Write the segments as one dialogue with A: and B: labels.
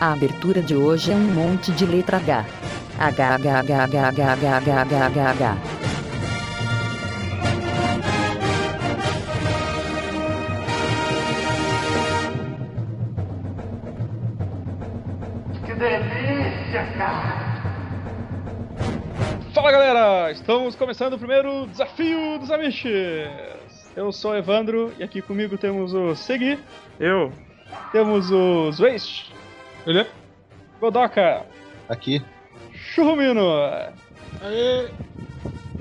A: A abertura de hoje é um monte de letra H. H, H, H, H, H, H, H, H, H, H.
B: Que delícia, cara!
C: Fala galera, estamos começando o primeiro desafio dos Amiches. Eu sou o Evandro e aqui comigo temos o Segui,
D: Eu?
C: temos o Zwaist,
D: Ele? é?
C: Godoka,
E: Aqui.
C: Churrumino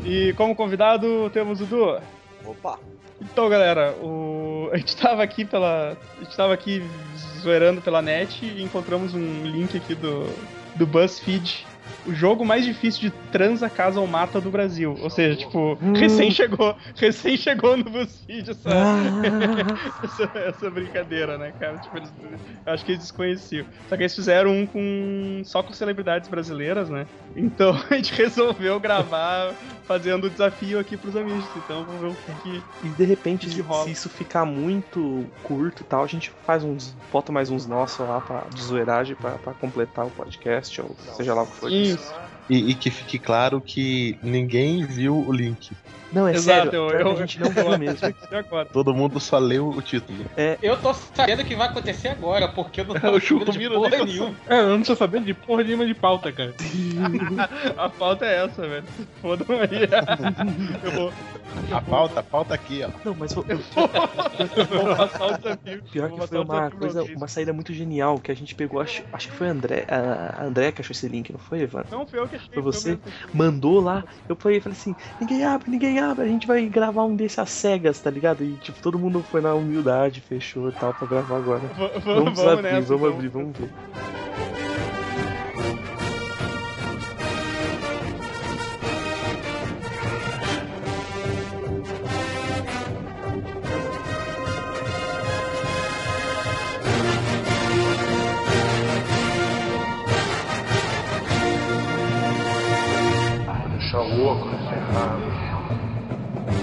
C: e como convidado temos o Du.
F: Opa!
C: Então galera, o... a gente tava aqui pela. A gente tava aqui zoeirando pela net e encontramos um link aqui do, do BuzzFeed. O jogo mais difícil de transa, casa ou mata do Brasil. Ou seja, tipo, recém chegou. Recém chegou no BuzzFeed essa, essa, essa brincadeira, né, cara? Tipo, eles, eu acho que eles desconheciam. Só que eles fizeram um com só com celebridades brasileiras, né? Então a gente resolveu gravar fazendo o desafio aqui pros amigos. Então vamos ver o que, que
D: E de repente,
C: Que
D: se,
C: rola.
D: se isso ficar muito curto e tal, a gente faz uns. bota mais uns nossos lá pra, de zoeiragem pra, pra completar o podcast, ou seja lá o que for isso.
C: Isso.
E: E, e que fique claro que ninguém viu o link.
D: Não, é
C: Exato,
D: sério,
C: eu-
D: pior que
C: eu-
D: a gente não viu mesmo.
C: E agora?
E: Todo mundo só leu o título.
G: Eu tô sabendo o que vai acontecer agora, porque eu não tô sabendo de porra nenhuma.
H: É, eu não tô sabendo de porra nenhuma de pauta, cara.
C: A pauta é essa, velho. Se Fodam aí. Eu vou,
E: A pauta, a pauta aqui, ó.
D: Não, mas foi-
C: eu vou passar o desafio.
D: pior
C: vou
D: que
C: passar
D: foi
C: o desafio
D: uma
C: pra
D: coisa,
C: vocês.
D: uma saída muito genial que a gente pegou, acho, acho que foi a André, a a André que achou esse link, não foi, Evan?
C: Não foi eu que achei.
D: Foi você?
C: eu mesmo.
D: mandou lá, eu falei, falei assim, ninguém abre, ninguém abre, a gente vai gravar um desses às cegas, tá ligado? E tipo, todo mundo foi na humildade, fechou e tal, pra gravar agora.
C: V- v-
D: Vamos,
C: Vamos,
D: abrir,
C: nessa.
D: vamos
C: então.
D: abrir, vamos ver.
B: Deixa louco nessa errada.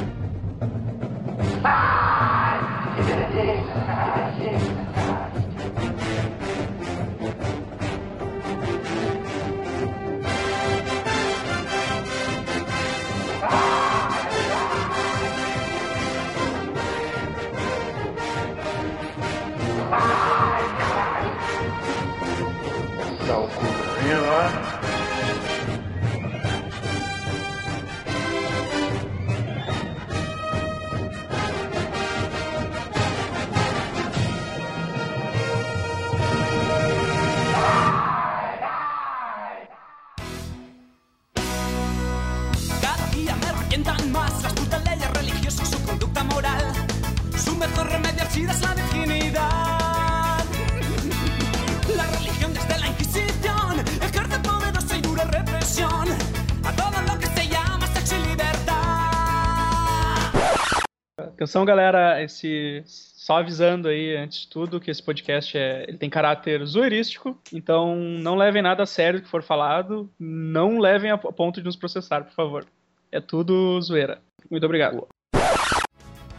B: Tá o cu pra mim, não é?
I: Cada día me requientan más las putas leyes religiosas, su conducta moral. Su mejor remedio al SIDA es la virginidad. La religión desde la Inquisición ejerce poderosa y dura represión a todo lo que se llama sexo y libertad.
C: Atenção, galera. Esse... Só avisando aí, antes de tudo, que esse podcast é... ele tem caráter zoeirístico. Então, não levem nada a sério que for falado. Não levem a p- ponto de nos processar, por favor. É tudo zoeira. Muito obrigado.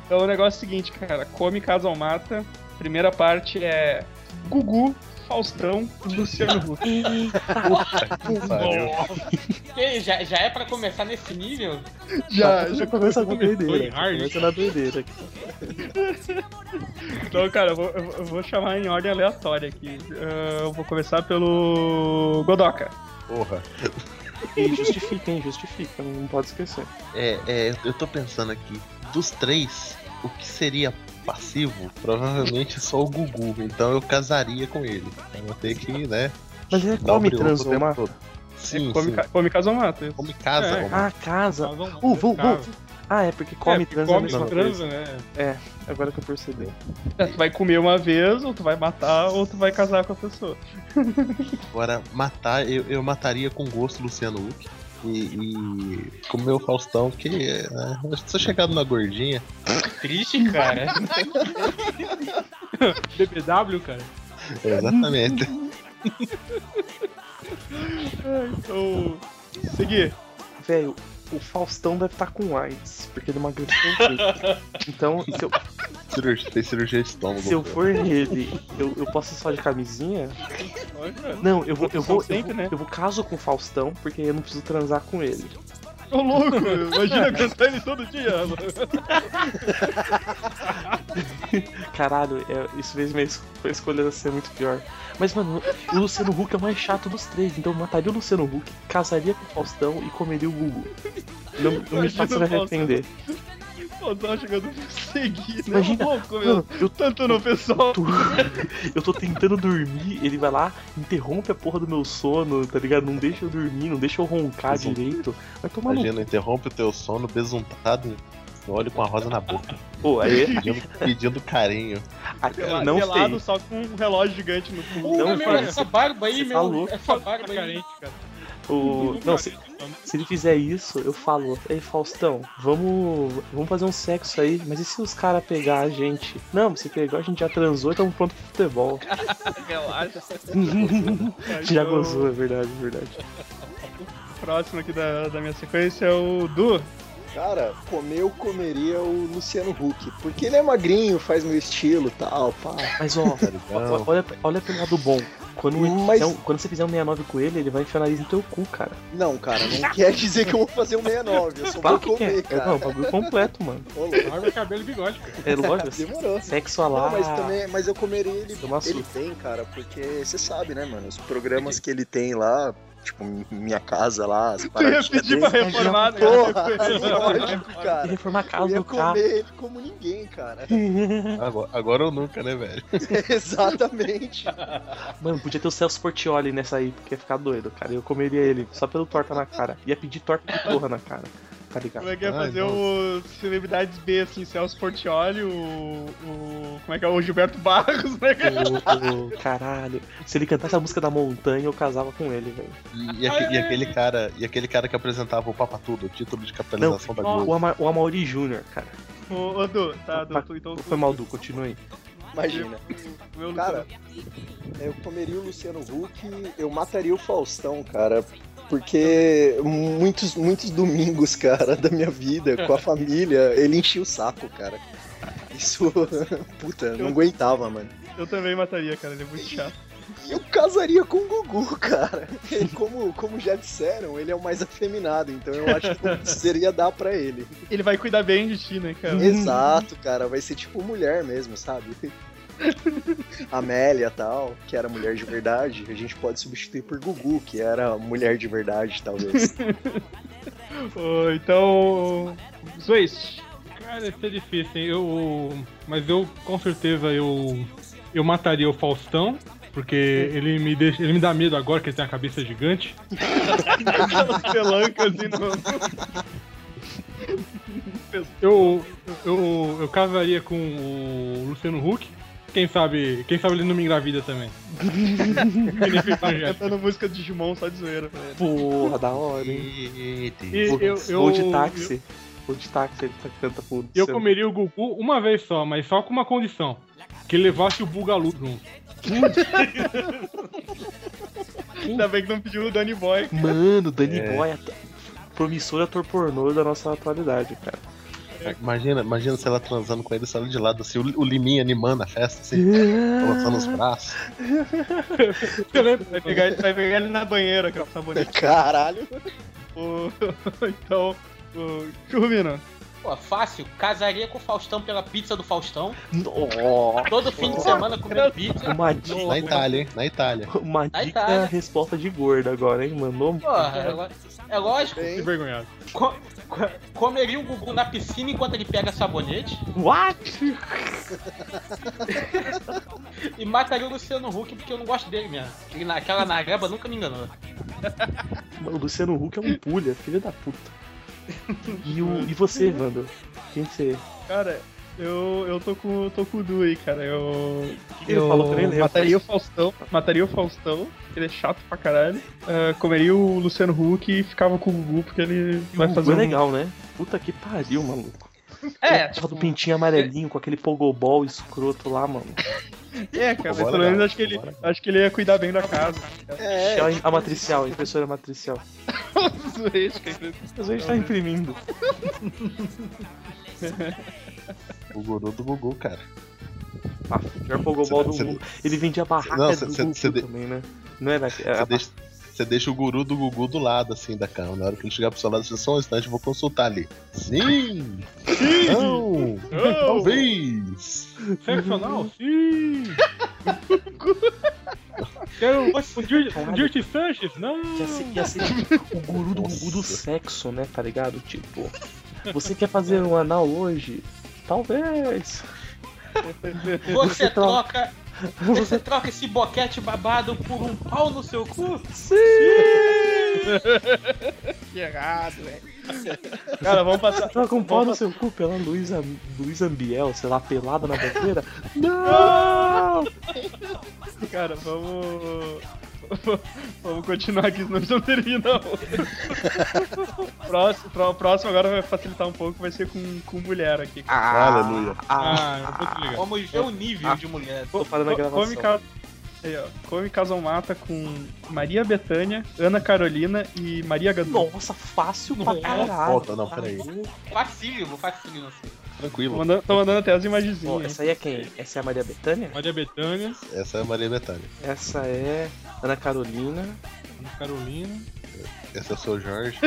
C: Então, o negócio é o seguinte, cara. Come, casa ou mata. Primeira parte é Gugu, Faustão, Luciano Huck.
E: Pariu.
G: Que, já, já é pra começar nesse nível?
C: Já, já
D: já começa com doideira.
H: Foi hard.
D: Começa na doideira.
C: Então, cara, eu vou, eu vou- eu vou chamar em ordem aleatória aqui. Ah, eu vou começar pelo Godoka.
E: Porra.
D: E justifica, hein? Justifica, não pode esquecer.
E: É, é, eu tô pensando aqui. Dos três, o que seria passivo? Provavelmente só o Gugu. Então eu casaria com ele. Eu vou ter que, né?
D: Mas ele
E: dar um
D: come
E: brioco o
D: transou, né?
E: tempo
D: mas-
E: todo. Sim,
C: É, come,
E: sim.
C: ca- come casa ou mata. isso.
E: Come casa. né?
C: É,
E: como-
D: Ah, casa.
H: Mas vamos-
D: Uh, vou,
H: cara,
D: vou. Ah, é porque come
C: É, porque
D: transa é a
C: come,
D: mesma coisa.
H: Transa, né?
D: Agora que eu percebi.
C: É, tu vai comer uma vez, ou tu vai matar, ou tu vai casar com a pessoa.
E: Agora, matar, eu, eu mataria com gosto o Luciano Huck. E, e comer o Faustão, porque né, eu sou chegado na gordinha.
G: Triste, cara.
H: BBW, cara.
E: Exatamente.
C: Então, seguir.
D: Velho, tá o Faustão deve estar com AIDS, porque ele emagreceu muito. Então, se eu,
E: Cirurgia, fez cirurgia de estômago.
D: Se eu for ele, eu, eu posso ir só de camisinha?
C: Olha, cara.
D: Não, eu vou, eu vou, eu
C: é. Sempre,
D: vou,
C: né?
D: eu vou caso com o Faustão, porque eu não preciso transar com ele.
C: Ô louco, imagina cantar ele todo dia. mano.
D: Caralho, é, isso fez minha es- minha escolha ser muito pior. Mas, mano, o Luciano Huck é o mais chato dos três, então eu mataria o Luciano Huck, casaria com o Faustão e comeria o Gugu. Não, não me
C: Imagina
D: faça
C: o
D: me
C: Faustão.
D: arrepender.
C: Pô, tava chegando pra seguir, né?
D: Imagina,
C: Ô louco, meu.
D: Mano, eu
C: Tanto no pessoal.
D: tô, eu tô tentando dormir, ele vai lá, interrompe a porra do meu sono, tá ligado? Não deixa eu dormir, não deixa eu roncar
E: Sim.
D: direito. Vai tomar no
E: Imagina, interrompe o teu sono besuntado no óleo com a rosa na boca.
D: cu. Aí, é,
E: Pedindo, pedindo carinho.
D: aí-
C: Pela-
D: não
C: pelado,
D: sei.
C: tá só com um relógio gigante no cu.
D: Não
G: Puta, meu,
D: faz.
G: essa barba aí,
D: Você
G: meu.
D: tá louco.
G: Essa barba aí.
H: carente, cara.
D: O, não, se, se ele fizer isso, eu falo, ei Faustão, vamos, vamos fazer um sexo aí, mas e se os caras pegar a gente? Não, se pegou, a gente já transou e tamo pronto pro futebol.
C: Relaxa.
D: já gozou, é verdade, é verdade.
C: O próximo aqui da, da minha sequência é o Du.
F: Cara, comer eu comeria o Luciano Huck. Porque ele é magrinho, faz meu estilo e tal, pá.
D: Mas ó,
E: Não.
D: olha, olha pelo lado bom. Quando, ele
F: Mas-
D: fizer um- quando você fizer um 69 com ele, ele vai enfiar o nariz no teu cu, cara.
F: Não, cara, não quer dizer que eu vou fazer um 69. Eu só
D: Claro
F: vou
D: que
F: comer,
D: quer. É, não,
F: cara.
D: bagulho completo, mano.
F: Ô, louco,
H: Barba, cabelo e bigode, cara.
D: É lógico.
F: Demorou.
D: Sexo a
F: Não,
D: lá.
F: mas também, mas eu comeria ele,
D: Tomar
F: ele bem, cara, porque você sabe, né, mano? Os programas que ele tem lá, tipo, Minha Casa lá, as
C: Tu ia
F: paradas.
C: pedir pra reformar, né?
F: Porra, lógico,
D: E
F: cara.
D: reformar a
F: Eu
D: casa
F: ia
D: do cara.
F: comer ele como ninguém, cara.
E: Agora, agora ou nunca, né, velho?
F: Exatamente.
D: Mano, podia ter o Celso Portioli nessa aí, porque ia ficar doido, cara. Eu comeria ele só pelo torta na cara. Ia pedir torta de porra na cara. Tá ligado?
C: Como é que ia
E: Ai,
C: fazer o Celebridades B, assim, Celso Portioli, o, o. Como é que é? O Gilberto Barros, né, cara?
D: Ô, ô, caralho. Se ele cantasse a música da montanha, eu casava com ele, velho.
E: E, e aque- e aquele cara, e aquele cara que apresentava o Papa Tudo, o título de
D: Não,
E: capitalização da
D: o,
E: Globo.
D: Ama o Amaury Júnior, cara.
C: Ô, ô, Du, tá, Du,
D: Tá,
C: tu, então.
D: Foi mal, Du, continue.
F: Imagina.
C: o meu
F: Cara, eu comeria o Luciano Huck, eu mataria o Faustão, cara. Porque muitos, muitos domingos, cara, da minha vida, com a família, ele enchia o saco, cara. Isso, puta, não aguentava, mano.
C: eu também mataria, cara, ele é muito chato.
F: E eu casaria com o Gugu, cara. Ele, como, como já disseram, ele é o mais afeminado, então eu acho que eu seria dar pra ele.
C: Ele vai cuidar bem de ti, né, cara?
F: Exato, cara. Vai ser tipo mulher mesmo, sabe? Amélia tal, que era mulher de verdade, a gente pode substituir por Gugu, que era mulher de verdade, talvez.
C: Ô, então. Zwist.
H: Cara, isso é difícil, hein? Eu. Mas eu com certeza eu. Eu mataria o Faustão, porque ele me deixa. Ele me dá medo agora que ele tem a cabeça gigante.
C: Aquelas pelancas assim no.
H: Eu. Eu, eu casaria com o Luciano Huck. Quem sabe. Quem sabe ele não me engravida também. Ele fez um gesto.
C: cantando música de Digimon só de zoeira. cara.
D: Porra, da hora, hein?
E: Eita.
H: E
D: Ou,
H: eu, eu,
D: ou de
H: eu-
D: táxi. Ou de táxi, ele tá- canta pro.
H: Eu
D: seu-
H: comeria o Goku uma vez só, mas só com uma condição. Que ele levasse o Bugalu junto.
C: Ainda bem que não pediu o Danny Boy.
D: Mano, Danny Boy é t- promissor ator pornô da nossa atualidade, cara.
E: Imagina, imagina se ela transando com ele saindo de lado, assim, o, o Liminha animando a festa, assim, lançando os braços.
C: Vai pegar, ele- vai pegar ele na banheira, cara, com sabonete.
F: Caralho.
C: Ô, então, o Churvino.
G: Pô, fácil. Casaria com o Faustão pela pizza do Faustão.
D: Nossa,
G: Todo fim de semana comendo pizza.
D: uma dica,
E: Na Itália, hein? Na Itália.
D: uma
G: Aí
D: dica é
G: tá, né?
D: resposta de gordo agora, hein, mano?
G: Porra, é lo- é lógico.
F: Bem,
H: Envergonhado.
G: Co- co- comeria o Gugu na piscina enquanto ele pega sabonete.
D: What?
G: E mataria o Luciano Huck porque eu não gosto dele mesmo. Ele naquela nareba nunca me enganou.
D: Mano, o Luciano Huck é um pulha, filho da puta. E, o, e você, Vando? Quem você.
C: Cara, eu, eu tô com eu tô com o Du aí, cara. Eu.
D: que ele falou que eu nem lembro.
C: mataria o Faustão. Mataria o Faustão, que ele é chato pra caralho. Ah, comeria o Luciano Huck e ficava com o Gugu, porque ele vai
D: Gugu
C: fazer.
D: é
C: um-
D: legal, né? Puta que pariu, maluco.
G: É,
D: Tava do pintinho amarelinho com aquele pogobol escroto lá, mano.
C: É, cara, mas
E: Bora,
C: pelo menos
E: cara,
C: acho que, ele,
E: bora.
C: acho que ele ia cuidar bem da casa.
F: É,
D: É, a matricial, a impressora matricial.
C: Zoeste, cara.
D: Às vezes tá imprimindo.
E: O guru do Gugu, cara.
D: Ah, pior Pogobol do
E: Cê- cê-
D: mundo. Ele vendia a barraca
E: Não, cê-
D: do
E: cê-
D: Gugu
E: cê de-
D: também, né? Não era...
E: Você
D: a-
E: deixa, você deixa o guru do Gugu do lado, assim, da cama. Na hora que ele chegar pro seu lado, você só um instante, eu vou consultar ali. Sim! Não! Talvez!
H: Seccional? Sim! Quero o Dir- o Dirty Sanchez? Não!
D: Ia ser, ia ser o guru do Gugu do
E: Nossa.
D: sexo, né? Tá ligado? Tipo, você quer fazer um anal hoje? Talvez.
G: Você
D: Você tro-
G: troca. Você troca esse boquete babado por um pau no seu cu?
C: Que errado, velho. Cara, vamos passar.
D: Troca um pau no
C: Vamos-
D: seu cu pela Luísa Luísa Ambiel, sei lá, pelada na bandeira? Não!
C: Cara, vamos. Vamos continuar aqui, senão a gente não termina. não. próximo, pró- próximo agora vai facilitar um pouco, vai ser com, com mulher aqui.
E: Aleluia.
H: Ah, eu vou desligar.
G: Vamos ver é o nível de mulher.
D: Tô parando a gravação.
C: Come, Ca- aí, ó, Come Casal Mata com Maria Bethânia, Ana Carolina e Maria Gadu.
D: Nossa, fácil pra caralho.
E: Volta, tá, não, peraí.
G: Facílimo, facílimo. assim.
C: Tô
E: Tranquilo.
C: mandando, tô mandando até as
D: Bom,
C: imagenzinhas.
D: essa aí é quem? Essa é a Maria Bethânia?
H: Maria Bethânia,
E: Essa é a Maria Bethânia.
D: Essa é Ana Carolina.
H: Ana Carolina.
E: Essa é o seu Jorge.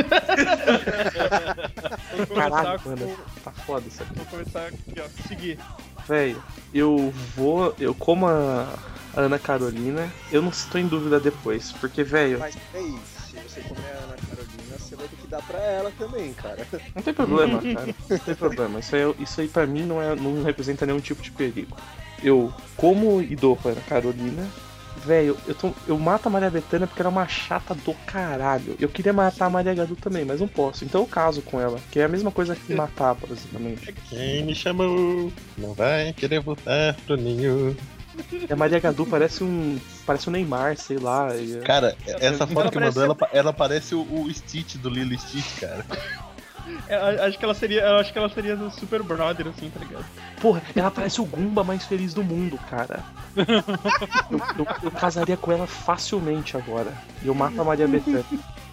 C: Vou começar,
D: Caralho,
C: com,
D: mano. Tá foda isso aqui.
C: vou começar aqui, ó. Seguir.
D: Velho, eu vou. Eu como a Ana Carolina, eu não estou em dúvida depois. Porque, velho,
F: Mas peraí, se você comer a Ana Carolina, você vai ter que dar pra ela também, cara.
D: não tem problema, cara. Não tem problema. Isso aí, isso aí pra mim não, é, não representa nenhum tipo de perigo. Eu como e dou pra Ana Carolina. Velho, eu, tô- eu mato a Maria Bethânia porque ela é uma chata do caralho. Eu queria matar a Maria Gadu também, mas não posso. Então eu caso com ela, que é a mesma coisa que matar, basicamente.
E: Quem me chamou não vai querer voltar pro ninho.
D: E a Maria Gadu parece um. Parece um Neymar, sei lá. e- é,
E: Cara, essa foto que
C: parece-
E: mandou, ela, pa- ela parece o, o Stitch do Lilo Stitch, cara.
C: É, a- acho que ela seria. Eu acho que ela seria do Super Brother, assim, tá ligado?
D: Porra, ela parece o Gumba mais feliz do mundo, cara. Eu, eu- eu casaria com ela facilmente agora. E eu mato a Maria Bethânia.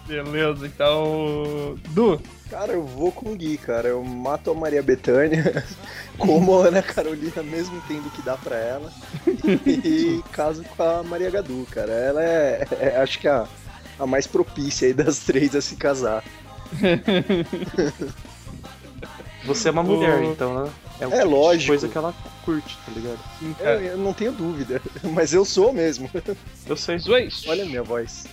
C: Beleza, então. Du,
F: Cara, eu vou com o Gui, cara. Eu mato a Maria Bethânia, como a Ana Carolina, mesmo tendo que dar pra ela. E caso com a Maria Gadu, cara. Ela é, é, acho que a, a mais propícia aí das três a se casar.
D: Você é uma mulher,
C: Ô.
D: então, né? É, o
F: É
D: tipo de
F: lógico.
D: coisa que ela curte, tá ligado?
F: É, Eu, eu não tenho dúvida, mas eu sou mesmo.
D: Eu sei.
C: dois.
F: Olha a minha voz.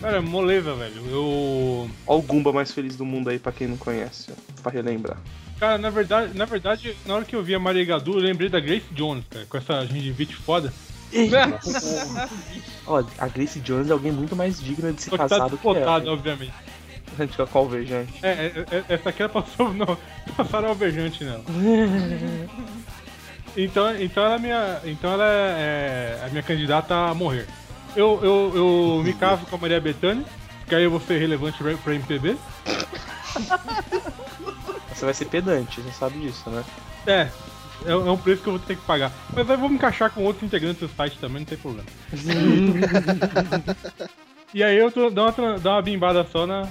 H: Cara, moleza, velho. Eu.
D: Olha o Gumba mais feliz do mundo aí, pra quem não conhece. ó, Pra relembrar.
H: Cara, na verdade, na verdade, na hora que eu vi a Maria Gadu, eu lembrei da Grace Jones, cara, com essa gengivite foda.
D: Olha, a Grace Jones é alguém muito mais digna de se
H: Só que tá
D: casar do que é,
H: despotada,
D: ela.
H: obviamente.
D: A gente fica com a alvejante.
H: É, é, é, essa aqui ela passou. Não, passaram alvejante nela. Então, então ela é minha. Então ela é é a minha candidata a morrer. Eu, eu, eu me caso com a Maria Bethânia, que aí eu vou ser relevante pra, pra MPB.
D: Você vai ser pedante, você sabe disso, né?
H: É, é, é um preço que eu vou ter que pagar. Mas eu vou me encaixar com outros integrantes do site também, não tem problema. e aí eu tô, dá, uma, tra- dá uma bimbada só na.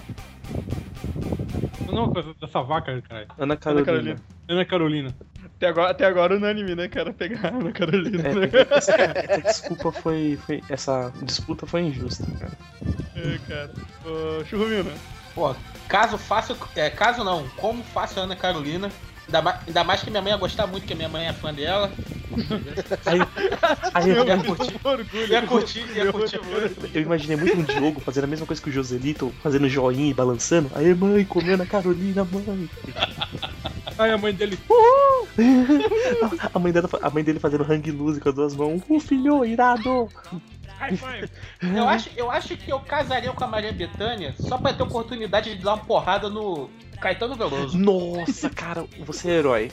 H: Não, com essa- dessa vaca, caralho.
D: Ana Carolina.
C: Carolina.
H: Ana Carolina.
C: Até agora, até agora unânime, né, cara? Pegar a Ana Carolina.
D: É,
C: né?
D: porque essa, essa desculpa foi, foi. Essa disputa foi injusta, cara.
C: É, cara. Ô, Churrumino.
G: Pô, caso fácil. É, caso não, como fácil a Ana Carolina. Ainda, ma- ainda mais que minha mãe ia gostar muito, que minha mãe é fã dela.
D: Aí, aí eu,
C: Meu
D: eu curti-
C: orgulho.
G: Ia curtir, ia curtir muito.
D: eu imaginei muito um Diogo fazendo a mesma coisa que o Joselito, fazendo joinha e balançando. Aí, mãe, comendo a Carolina, mãe.
H: Aí a mãe dele.
D: A mãe, dela, a mem dele fazendo hang loose com as duas mãos. Uh, filho, irado!
G: Eu acho, eu acho que eu casaria com a Maria Bethânia só pra ter oportunidade de dar uma porrada no Caetano Veloso.
D: Nossa, cara, você é herói.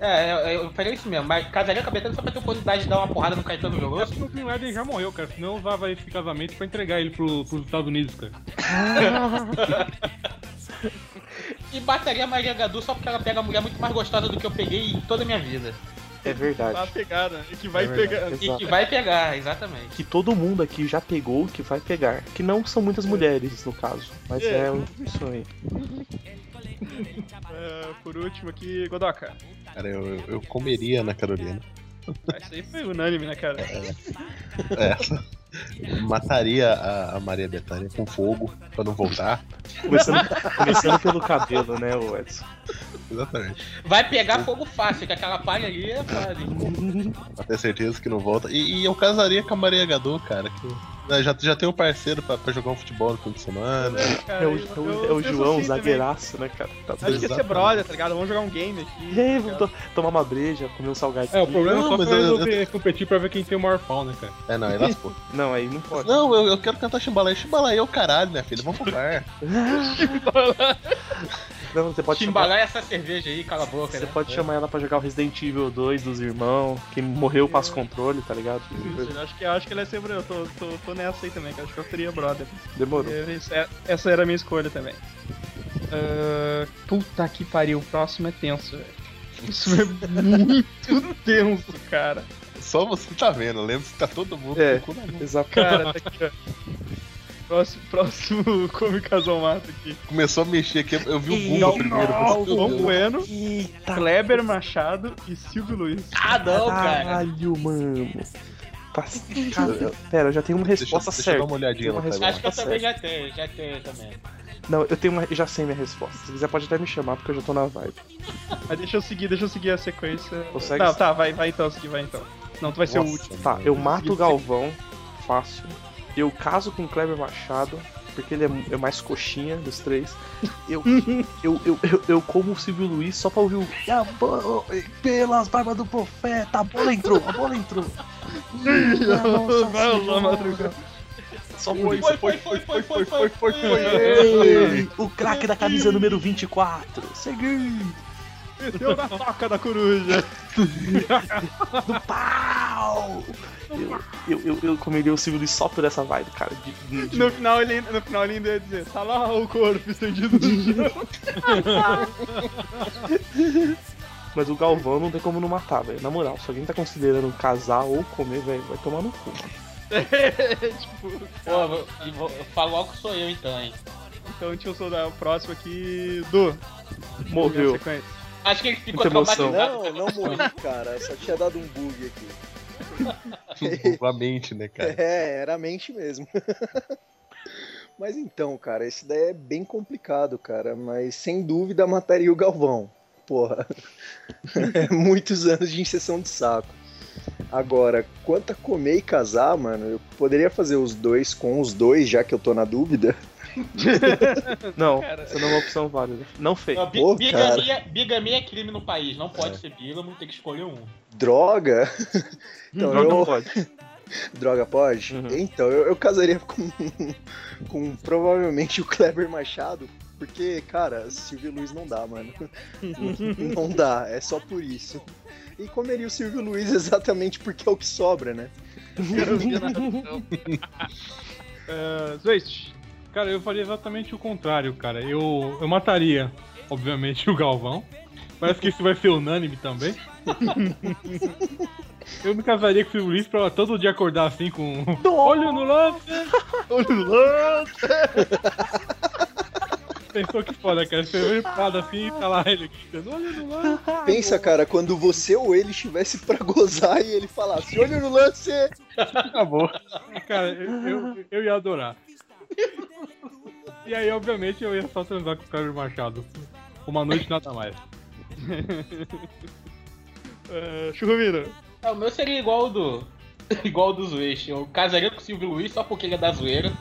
G: É, eu, eu falei isso mesmo, mas casaria com a Bethânia só pra ter oportunidade de dar uma porrada no Caetano Veloso.
H: O Bin Laden já morreu, cara. Senão eu usava esse casamento pra entregar ele pro, pros Estados Unidos, cara.
G: E bateria a Maria Gadu só porque ela pega a mulher muito mais gostosa do que eu peguei em toda a minha vida.
D: É
C: Tá
D: verdade.
C: pegada. né? Que vai
D: É verdade.
C: pegar.
G: E que
D: Exato.
G: vai pegar, exatamente.
D: Que todo mundo aqui já pegou, que vai
C: É.
D: é pegar. Que não são muitas mulheres, no caso. Mas é, um isso aí.
C: Ah, por último aqui, Godoka.
E: Cara, eu, eu- eu comeria Ana Carolina.
C: Ah, Isso aí foi unânime, né, cara?
E: Essa. Mataria a, a Maria Bethânia com fogo pra não voltar.
D: Começando, começando pelo cabelo, né, o Edson?
E: Exatamente.
G: Vai pegar fogo fácil, que aquela palha ali é foda. hein?
E: Pra ter certeza que não volta. E, e eu casaria com a Maria Gadô, cara. que, né, já, já tem um parceiro pra, pra jogar um futebol no fim de semana.
C: Cara,
D: É o,
C: eu-
D: é o-
C: eu
D: é o
C: penso
D: João,
C: assim também.
D: zagueiraço, né, cara? Tá
C: Acho que ia ser
E: Exatamente.
C: brother, tá ligado? Vamos jogar um game aqui.
D: E aí, vamos to- tomar uma breja, comer um salgadinho.
H: É, o problema
E: Não,
H: é só
E: mas
H: pra
E: eu-
H: resolver competir pra ver quem tem o maior pau, né, cara?
E: É, não, aí lascou.
D: Não, aí não pode.
E: Não, eu, eu quero cantar Chimbalaia. Chimbalaia é o caralho, minha filha. Vamos pro bar.
D: Não, você pode chamar,
G: Chimbalai essa cerveja aí, cala a boca,
D: você
G: né?
D: pode chamar ela pra jogar o Resident Evil 2 dos irmãos. Quem morreu passa o controle, tá ligado?
C: Isso, eu acho que, eu acho que ele é sempre. Eu tô, tô, tô nessa aí também, cara. Acho que eu seria brother.
D: Demorou.
C: Eu- isso é- Essa era a minha escolha também. Ah, puta que pariu, o próximo é tenso, velho. Isso é muito tenso, cara.
E: Só você tá vendo. Lembra que tá todo mundo
D: É.
E: com o cu na mão.
D: Exato.
C: Cara, tá aqui, ó. Próximo, próximo Come Casal Mato aqui.
E: Começou a mexer aqui. Eu vi o
D: Ih,
E: Bumba primeiro. eu falei, meu
C: Galvão
E: Deus.
C: Bueno,
D: Eita,
C: Kleber Machado e Silvio Luiz.
G: Ah, não, cara.
D: caralho, mano. Tá- Cara, pera, eu já tenho uma
E: Deixa,
D: resposta
E: deixa eu dar
D: certa.
E: uma olhadinha tá no
D: Tem uma resposta.
E: timeline.
G: Acho que eu também já tenho, já tenho também.
D: Não, eu tenho uma, já sei minha resposta. Se quiser, pode até me chamar, porque eu já tô na vibe.
C: Mas deixa eu seguir, deixa eu seguir a sequência.
D: Consegue?
C: Não, tá, vai, vai então, seguir, vai então. Não, tu vai ser o último.
D: Tá, eu mato o Galvão, fácil. Eu caso com o Kleber Machado, porque ele é, é mais coxinha dos três. Eu, eu, eu, eu, eu como o Silvio Luiz só pra ouvir o. "E a bo- Pelas barbas do profeta, a bola entrou, a bola entrou. Ih, a nossa
C: Vai, Osama
D: senhora.
C: Madruga.
D: Só por isso.
G: foi, foi, foi, foi, foi, foi,
D: Ei, o craque da camisa número 24. Segui!
C: Deu na toca da coruja.
D: do pau! Eu, eu, eu, eu comeria o Silvio Luiz só por essa vibe, cara. De, de- de-
C: No final, ele, no final ele ainda ia dizer, tá lá o corpo estendido no chão.
D: Mas o Galvão não tem como não matar, velho. Na moral, se alguém tá considerando casar ou comer, velho, vai tomar no cu.
G: Pô, vou- e vou- eu falo logo que sou eu então, hein?
C: Então deixa eu soldar o próximo aqui do
D: Morreu.
G: Acho que ele ficou
D: Muita emoção.
G: traumatizado.
F: Não, não morri, cara. Só tinha dado um bug aqui.
E: A mente, né, cara?
F: É, era a mente mesmo. mas então, cara, esse daí é bem complicado, cara. Mas sem dúvida mataria o Galvão. Porra. É Muitos anos de inseção de saco. Agora, quanto a comer e casar, mano, eu poderia fazer os dois com os dois, já que eu tô na dúvida.
D: Não,
C: Cara.
D: essa não é uma opção válida. Não fez.
G: Não, bi-
F: Pô,
G: bigamia, bigamia é crime no país, não pode ser bígamo, tem que escolher um.
F: Droga! Então,
D: Não, não
F: eu,
D: pode.
F: Droga, pode?
D: Uhum.
F: Então, eu, eu casaria com, com provavelmente o Kleber Machado, porque, cara, Silvio Luiz não dá, mano. não dá, é só por isso. E comeria o Silvio Luiz exatamente porque é o que sobra, né?
C: Uh, Zwist.
H: Cara, eu faria exatamente o contrário, cara. Eu, eu mataria, obviamente, o Galvão. Parece que isso vai ser unânime também. Eu me casaria com o Silvio Luiz pra todo dia acordar assim com. Olho no lance! Pensou que foda, cara. Você olha pro lado assim e tá lá ele gritando: Olho no lance!
F: Pensa, cara, quando você ou ele estivesse pra gozar e ele falasse, olha no lance!
D: Acabou.
H: Cara, eu, eu, eu ia adorar. E aí, obviamente, eu ia só transar com o Caio Machado. Uma noite nada mais.
C: Uh, Churrumiro.
G: Ah, o meu seria igual o do. igual o do Zueix. Eu casaria com o Silvio Luiz só porque ele é da zoeira.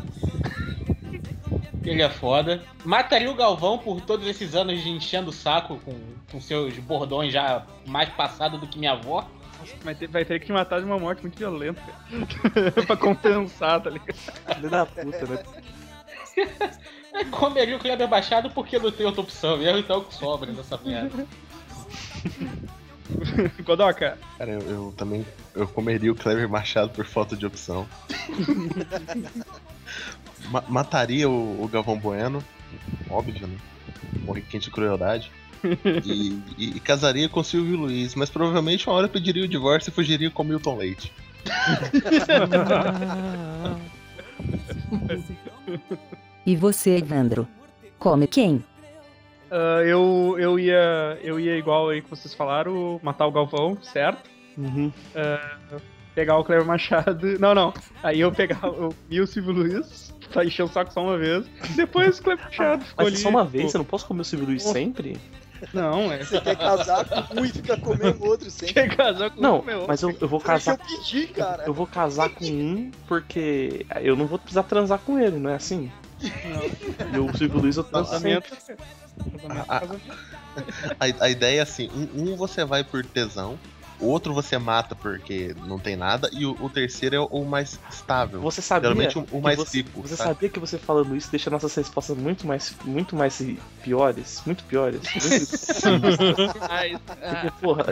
G: Ele é foda. Mataria o Galvão por todos esses anos de enchendo o saco com, com seus bordões já mais passados do que minha avó.
C: Vai ter, vai ter que matar de uma morte muito violenta, cara. pra compensar, tá ligado?
D: Filho da puta, né?
G: E comeria o Kleber Baixado porque não tem outra opção. E eu então que sobra nessa merda.
C: Godoka.
E: Cara, eu, eu também eu comeria o Clever Machado por falta de opção. Ma- mataria o, o Galvão Bueno, óbvio, né? Morre quente de crueldade. E, e- e casaria com o Silvio Luiz, mas provavelmente uma hora eu pediria o divórcio e fugiria com o Milton Leite.
A: E você, Evandro? Come quem?
C: Ah, eu, eu, ia, eu ia igual aí que vocês falaram, matar o Galvão, certo? Ah,
D: Uhum.
C: Pegar o Cleber Machado. Não, não. Aí eu pegar o e o Silvio Luiz, tá enchendo o saco só uma vez. Depois o Cleber Machado ficou ali.
D: Ah, Mas só uma
C: tipo,
D: vez, você não pode comer o Silvio Luiz sempre?
C: Não, é.
F: Você quer casar com um e fica comendo outro sempre.
C: Quer casar com
D: Não,
C: o meu.
D: mas eu, eu vou
F: Foi o que
D: casar.
F: eu pedi, cara.
D: Eu vou casar com um porque eu não vou precisar transar com ele, não é assim? E o Silvio Luiz eu transo
C: Casamento.
D: sempre.
C: Casamento, casamento.
E: A, a ideia é assim: um, um você vai por tesão, o outro você mata porque não tem nada, e o, o terceiro é o, o mais estável.
D: Você sabia
E: Geralmente o, o
D: que
E: mais
D: você,
E: rico.
D: Você
E: sabe?
D: sabia que você falando isso deixa nossas respostas muito mais, muito mais piores? Muito piores. Porque, porra,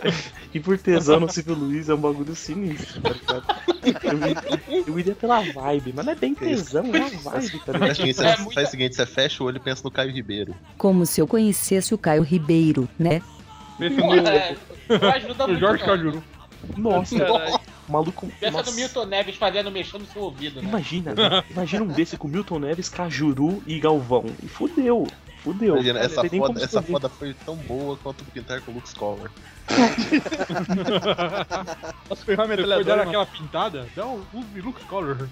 D: e por tesão no Silvio Luiz é um bagulho sinistro, tá ligado? Eu, iria- eu iria pela vibe, mas não é bem tesão, é uma vibe, tá ligado?
E: Faz o seguinte, você faz o seguinte, você fecha o olho e pensa no Caio Ribeiro.
A: Como se eu conhecesse o Caio Ribeiro, né?
H: Pensa
G: Pô,
H: no,
G: é, não ajuda
H: no
G: muito.
H: Jorge
G: não.
H: Cajuru.
D: Nossa,
C: Caralho.
D: o maluco.
G: Pensa
D: nossa,
G: no é Milton Neves fazendo mexendo no seu ouvido, né?
D: Imagina, né? imagina um desse com Milton Neves, Cajuru e Galvão. E fudeu, fudeu.
E: Imagina,
D: Não
E: essa
D: tem nem como
E: foda, essa
D: esconder.
E: foda foi tão boa quanto pintar com o Lux Collar.
C: Nossa, foi uma
H: Depois
C: metralhadora,
H: deram
C: mano.
H: aquela pintada, dá um use Lux Color.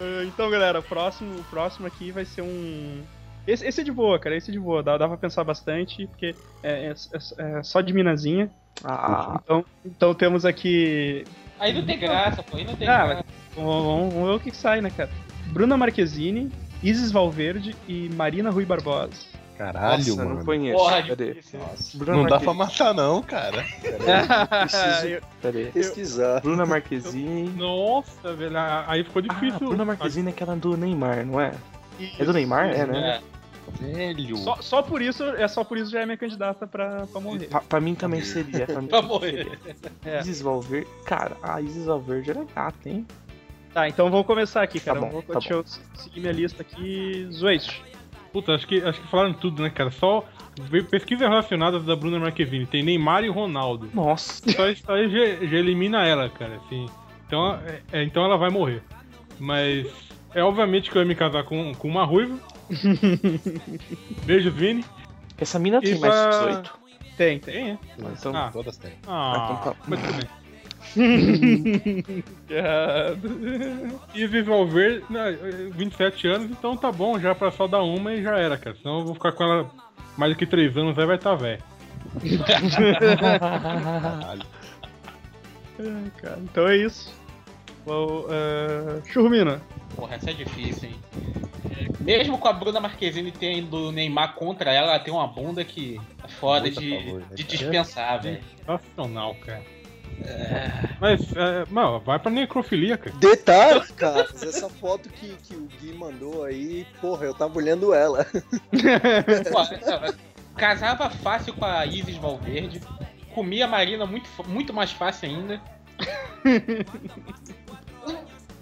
C: Ah, Então, galera, o próximo, o próximo aqui vai ser um. Esse, esse é de boa, cara. Esse é de boa. Dá, dá pra pensar bastante, porque é, é- é- é só de minazinha.
D: Ah,
C: Então, então temos aqui.
G: Aí não tem graça, pô. Aí não tem
C: Ah,
G: graça.
C: mas vamos, vamos- vamos ver o que, que sai, né, cara? Bruna Marquezine, Isis Valverde e Marina Rui Barbosa.
E: Caralho,
D: nossa,
E: mano.
D: não
E: Não,
D: conheço.
G: Porra,
D: Cadê?
G: difícil.
D: Bruna
E: dá
D: Marque-
E: pra matar, não, cara.
D: preciso-
C: Ah, Eu-
D: Cadê?
F: Pesquisar.
D: Bruna Marquezine.
H: Nossa, velho, a- aí ficou
D: Ah,
H: difícil.
D: Bruna Marquezine é aquela do Neymar, não é?
C: e-
D: É do Neymar? É, né?
G: É.
E: Velho.
C: Só, só por isso, é só por isso já é minha candidata pra, pra morrer.
D: Pra, pra mim também seria. Pra mim
G: Pra
D: também
G: morrer.
C: É.
D: seria. Isis Valverde. Cara, a Isis Valverde era gata, hein?
C: Tá, então vamos começar aqui, cara.
D: Tá bom,
C: Vou-
D: tá
C: deixa eu seguir minha lista aqui. Zoeixo.
H: Puta, acho que, acho que falaram tudo, né, cara? Só vê- pesquisa relacionada da Bruna Marquezine. Tem Neymar e Ronaldo.
D: Nossa.
H: Só isso aí já, já elimina ela, cara, assim. Então, é- é, então ela vai morrer. Mas é obviamente que eu ia me casar com, com uma ruiva. Beijo, Vini.
D: Essa mina tem
H: E
D: mais
H: pra-
D: de 18.
C: Tem, tem, é.
D: Então,
H: Ah.
E: Todas têm.
D: Ah, então
H: Ah,
D: tá.
H: mas tudo bem.
C: Errado.
H: E Vivalver, 27 anos, então tá bom já pra só dar uma e já era, cara. Senão eu vou ficar com ela mais do que 3 anos, aí vai tá velho.
E: Caralho.
C: Ai, cara, então é isso. Bom, ah, Churrumina.
G: Porra, essa é difícil, hein? Mesmo com a Bruna Marquezine tendo o Neymar contra ela, ela tem uma bunda que é foda
E: Muito a
G: de,
E: favor, né,
G: de
E: cara?
G: dispensar, velho.
H: Sensacional, cara. Mas, é, mano, vai pra necrofilia, cara.
F: Detalhe,
C: Então-
F: cara, essa foto que, que o Gui mandou aí, porra, eu tava olhando ela.
G: Pô, ela Casava fácil com a Isis Valverde. Comia a Marina muito, fa- muito mais fácil ainda.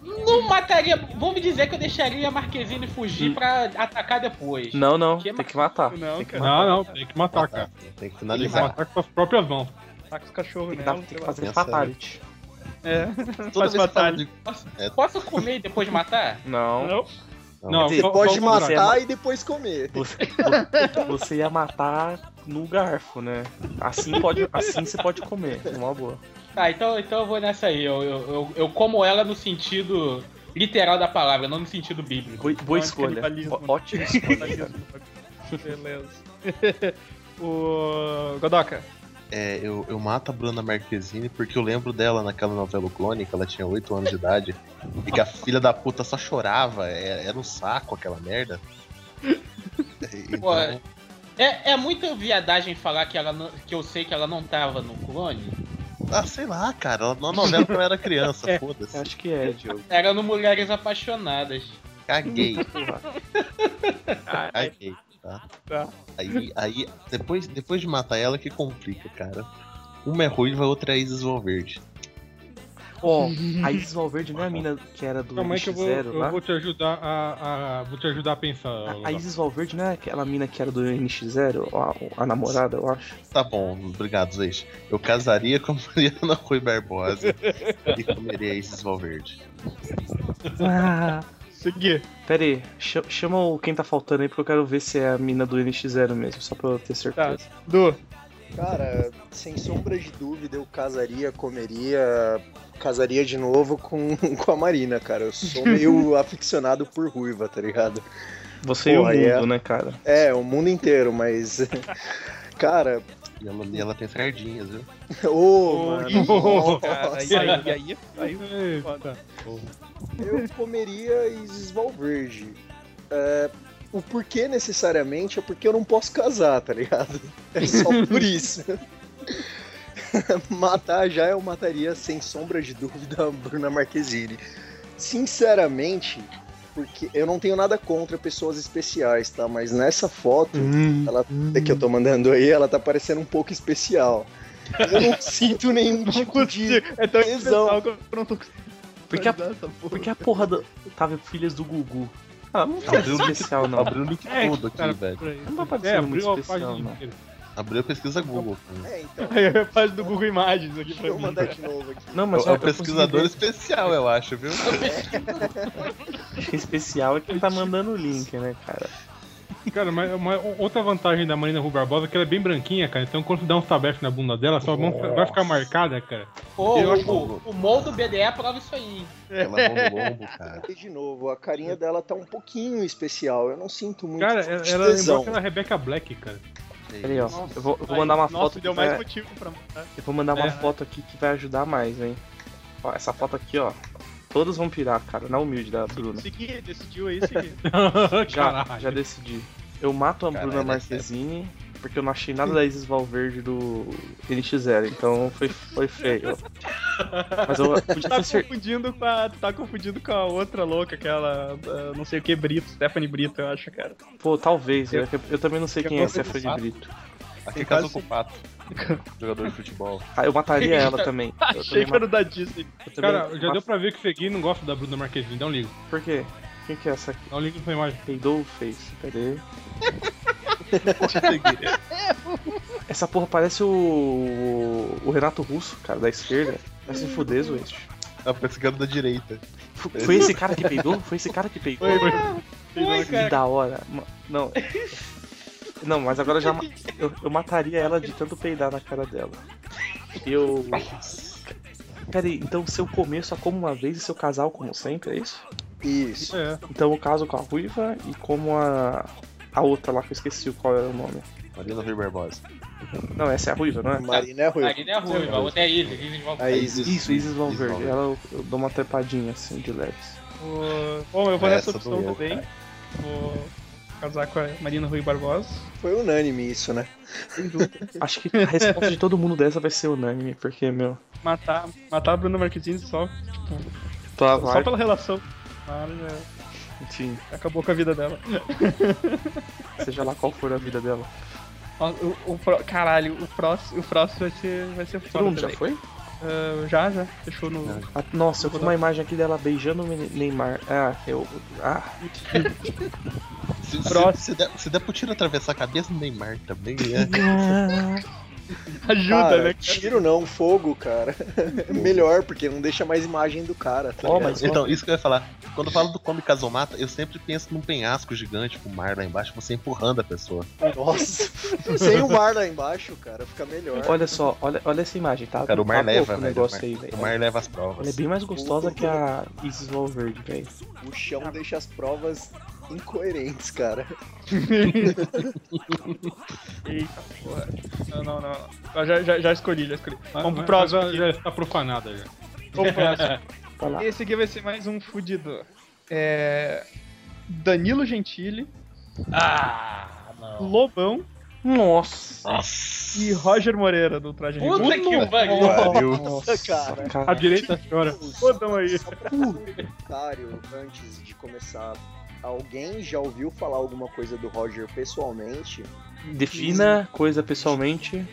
G: Não- Não mataria. Vamos dizer que eu deixaria a Marquezine
E: Hum.
G: fugir pra atacar depois.
D: Não, não.
G: Que
D: Tem que matar.
C: Não,
D: tem que
C: cara.
D: matar.
H: Não, não, tem que matar, cara.
E: né? Tem que
H: Tem que
E: finalizar.
H: matar com as próprias mãos.
C: Tá com os cachorros
D: Tem que,
C: nela.
D: dar, né? tem
C: sei
D: que
C: lá.
D: fazer
E: Pensa,
D: fatality.
C: É,
E: Toda
C: faz
E: vez que fala
C: batalha.
E: de
G: Posso comer e depois matar?
D: Não.
C: Não.
H: Não,
C: Então,
D: Você
H: só-
F: Você pode
H: só o contrário.
F: matar e depois comer.
D: Você, você ia matar no garfo, né? Assim, pode, assim você pode comer, é uma boa.
G: Tá, então, então eu vou nessa aí. Eu, eu, eu, eu como ela no sentido literal da palavra, não no sentido bíblico.
D: Boa, boa
C: Não,
D: escolha.
C: canibalismo.
D: Ó- Ótima escolha. cara.
C: Beleza. o Godoka.
E: É, eu, eu mato a Bruna Marquezine porque eu lembro dela naquela novela O Clone, que ela tinha 8 anos de idade, e que a filha da puta só chorava, é- era um saco aquela merda. E-
G: Pô,
E: Então,
G: É, é muita viadagem falar que, ela não- que eu sei que ela não tava no clone.
E: ah, sei lá, cara, ela- na novela quando eu era criança,
D: Eu
E: foda-se,
D: Acho que é, Diogo.
G: Era no Mulheres Apaixonadas.
E: caguei,
D: Porra.
E: caguei.
C: Tá.
E: Tá? Aí, aí depois, depois de matar ela, que complica, cara. Uma é ruiva, a outra é Isis Valverde.
D: Ó, a Isis Valverde não é a mina que era do
H: Calma aí que eu vou,
D: NX0
H: eu
D: lá?
H: vou te ajudar a, a- Vou te ajudar a pensar.
D: A-
H: Lázaro.
D: A Isis Valverde não é aquela mina que era do NX0? A, a namorada, eu acho.
E: Tá bom, obrigado, Zeis. Eu casaria com a Mariana Rui Barbosa e comeria Isis Valverde.
D: Ah,
C: Seguir.
D: Pera aí, cha- chama o quem tá faltando aí porque eu quero ver se é a mina do NX0 mesmo, só pra eu ter certeza.
H: Tá.
C: Du,
F: Cara, sem sombra de dúvida, eu casaria, comeria, casaria de novo com, com a Marina, cara. Eu sou meio aficionado por ruiva, tá ligado?
D: Você
F: Porra,
D: e o mundo,
F: é.
D: né, cara?
F: É, o mundo inteiro, mas. Cara,
E: E ela, e ela tem sardinhas, viu?
F: ô, mano.
C: Ih, cara, aí,
F: nossa.
C: aí, aí, aí,
H: Eita.
F: Eu comeria Isval Verde. É, o porquê necessariamente é porque eu não posso casar, tá ligado? É só por isso. Matar já eu mataria, sem sombra de dúvida, a Bruna Marquezine. Sinceramente, porque eu não tenho nada contra pessoas especiais, tá? Mas nessa foto
C: Hum,
F: ela, que eu tô mandando aí, ela tá parecendo um pouco especial. Eu não sinto nenhum
C: não
F: tipo de.
C: consigo. É tão
F: tesão.
C: especial que eu não tô conseguindo.
D: Porque a-
C: dar essa porra.
D: Porque a porra da. Tava filhas do Gugu. Ah, não tá
E: Abriu o link-
D: especial, não.
E: Abriu o link
H: É,
E: tudo aqui,
H: cara,
E: velho.
H: por aí.
D: Não tá parecendo
H: É, abriu
D: muito
H: a
D: especial,
H: página
D: não.
H: inteira.
E: Abriu a pesquisa Google. cara.
F: É, então.
C: Aí é a página do Google Imagens aqui
F: Deixa
C: pra
F: eu
C: mim.
F: mandar de novo aqui.
D: Não, mas
E: É
D: ó,
E: um
D: eu consegui
E: pesquisador
D: ver.
E: especial, eu acho, viu?
D: Quem é especial é quem tá mandando o link, né, cara?
H: Cara, mas uma- outra vantagem da Marina Rui Barbosa é que ela é bem branquinha, cara. Então quando dá uns tabefes na bunda dela, sua mão fica- vai ficar marcada, cara.
G: Pô,
H: Eu
E: acho-
G: o, o Mol do BDE prova isso aí, hein?
E: Ela é um lombo, cara.
F: E de novo, a carinha dela tá um pouquinho especial. Eu não sinto muito.
H: Cara, ela, ela é lembrou
F: tesão.
H: aquela Rebecca Black, cara.
D: Peraí, ó. Eu vou, eu vou mandar uma
C: Nossa,
D: foto.
C: deu
D: que
C: mais um-
D: vai-
C: motivo pra mandar.
D: Eu vou mandar uma
H: É.
D: foto aqui que vai ajudar mais, hein? Ó, essa foto aqui, ó. Todas vão pirar, cara. Na humilde da Bruna.
C: Seguir, decidiu aí, seguir.
D: Já,
H: Caralho.
D: já decidi. Eu mato a
E: Caralho,
D: Bruna
E: né?
D: Marquezine porque eu não achei nada da Isis Valverde do NX0, então foi, foi feio. Mas eu podia
C: Tá
D: ter cer-
C: confundindo com a, tá confundindo com a outra louca, aquela ah, não sei o que Brito, Stephanie Brito, eu acho, cara.
D: assim, Pô, talvez,
C: Eu-
D: eu, eu também não sei
C: eu
D: quem
C: vou
D: é, se é Fred
C: pensar.
D: Brito.
E: Aqui casou com o Pato. Jogador de futebol.
D: Ah, eu mataria ela também. Eu
C: Achei
D: também
C: que era da Disney.
D: eu também-
H: Cara, já
D: mas-
H: deu pra ver que o Segui não gosta da Bruna Marquezine. Dá um ligo.
D: Por quê? Quem que é essa aqui?
H: Dá um ligo pra imagem.
D: Peidou ou fez? Pera aí.
E: Consegui.
D: Essa porra parece o. o Renato Russo, cara, da esquerda. Vai se fuder, Zueste.
E: Tá pescando da direita.
D: F- Foi esse cara que peidou? Foi esse cara que peidou?
C: Foi, foi.
D: Que da hora. Ma- Não. Não, mas agora já. ma- Eu, eu mataria ela de tanto peidar na cara dela. Eu. Peraí, então se eu comer só como uma vez e se eu casar eu como sempre, é isso?
F: Isso.
H: É.
D: Então eu caso com a Ruiva e como a. a outra lá que eu esqueci qual era o nome.
E: Marina Rui Barbosa.
D: Não, essa é a Ruiva, não é?
F: Marina é ruim.
G: Marina é ruim, a outra é Isis. Isis de volta.
F: A Isis.
D: Isso, Isis Valverde.
E: Valverde.
D: Ela eu, eu dou uma trepadinha assim de leves.
C: Vou- Bom, eu vou
D: É,
C: nessa
E: Essa
C: opção
E: doeu,
C: também. Vou casar com a Marina Rui Barbosa.
F: Foi unânime isso, né?
D: Acho que a resposta de todo mundo dessa vai ser unânime, porque, meu.
C: Matar, matar a Bruna Marquezine só,
D: Tá,
C: só pela relação. Claro, já
D: Sim,
C: acabou com a vida dela.
D: seja lá qual for a vida dela.
C: Ó, O, o pró- caralho, o próximo, o próximo vai ser, vai ser
D: Todo
C: foda.
D: mundo já
C: também.
D: foi?
C: Ah, já, já. Fechou no.
D: Ah, Nossa, eu vi uma imagem aqui dela beijando o Ney- Neymar. Ah, eu. Ah,
E: Se,
C: Próximo.
E: se, se, der, se der pro tiro atravessar a cabeça do Neymar também, né?
C: Ajuda,
F: Cara,
C: né?
F: tiro não, fogo, cara. É melhor, porque não deixa mais imagem do cara, tá
D: Ó,
F: ligado?
D: mas-
E: Então, isso que eu ia falar. Quando eu falo do Come Casomata, eu sempre penso num penhasco gigante com o mar lá embaixo, você empurrando a pessoa.
F: Nossa. Sem o mar lá embaixo, cara, fica melhor.
D: olha só, olha, olha essa imagem, tá?
E: Cara, o mar
D: tá
E: leva,
D: louco o
E: velho.
D: negócio
E: o,
D: aí,
E: mar,
D: velho.
E: o mar leva as provas.
D: Ela é bem mais gostosa que a Isis Valverde, velho.
F: O chão deixa as provas incoerentes, cara.
C: Eita porra. Não, não, não. Eu já, já, já escolhi, já escolhi. Vamos pro
H: Mas
C: próximo.
H: ela
C: aqui.
H: Já está tá profanada já.
C: Vamos pro próximo.
D: Vai lá.
C: Esse aqui vai ser mais um fudido. É. Danilo Gentili,
G: Ah, não.
C: Lobão
D: Nossa!
E: Nossa.
C: e Roger Moreira do Traje Rigor.
G: Puta que pariu.
D: Nossa,
F: cara.
H: A direita chora.
C: Fodão aí.
F: Só pra fazer um comentário antes de começar. Alguém já ouviu falar alguma coisa do Roger pessoalmente?
D: Defina coisa pessoalmente.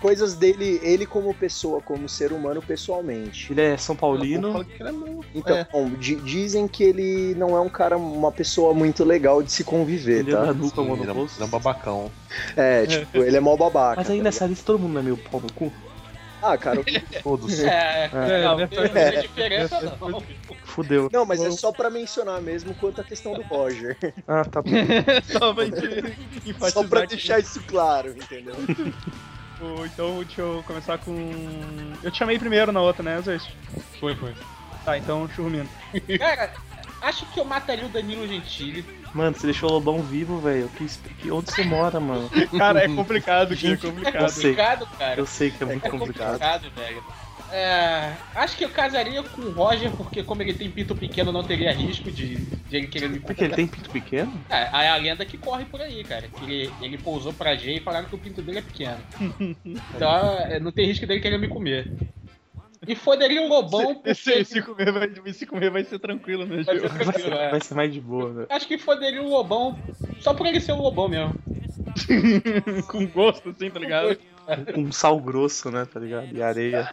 F: Coisas dele, ele como pessoa, como ser humano pessoalmente.
D: Ele é São Paulino.
E: Fala que ele é novo.
F: Então,
E: É.
F: bom, di- dizem que ele não é um cara, uma pessoa muito legal de se conviver,
D: Ele é da
F: tá?
D: nuca, mão
E: Ele é
D: no
E: um-
D: bolso.
E: ele é um babacão.
F: É, tipo, ele é mó babaca.
D: Mas aí
F: tá
D: nessa lista todo mundo não é meio pau no cu?
F: ligado? Ah, cara, o
E: Todos.
G: É,
H: É,
G: não,
H: nessa-
G: não tem diferença não.
D: Fudeu.
F: Não, mas é só pra mencionar mesmo quanto a questão do Roger.
D: Ah, tá bom.
C: Só pra gente enfatizar.
F: só pra
C: que-
F: deixar isso claro, entendeu?
C: O- Então deixa eu começar com. Eu te chamei primeiro na outra, né, Zeus?
H: Foi, foi.
C: Tá, então churrumino.
G: Cara, acho que eu mataria o Danilo Gentili.
D: Mano, você deixou o Lobão vivo, velho. Que esp- que- Onde você mora, mano?
C: Cara, é complicado, cara, é
D: Gente,
G: É
D: Eu
C: complicado.
D: sei.
G: complicado, cara.
D: Eu sei que é muito
G: É
D: complicado.
G: complicado, velho. É, acho que eu casaria com o Roger, porque como ele tem pinto pequeno, não teria risco de, de ele querer me
D: Porque ele tem pinto pequeno?
G: É, é a lenda que corre por aí, cara. Que ele, ele pousou pra G e falaram que o pinto dele é pequeno. Então é, não tem risco dele querer me comer. E foderia o lobão porque.
D: é
C: Se, se, comer vai, se comer vai ser tranquilo, né,
G: Vai
C: Gil?
D: Vai
G: ser
D: ser,
G: tranquilo, é.
D: vai ser mais de boa, né? velho.
G: Acho que foderia o lobão só por ele ser um lobão mesmo.
C: Com gosto, assim, tá ligado?
D: Um sal grosso, né, tá ligado? E areia.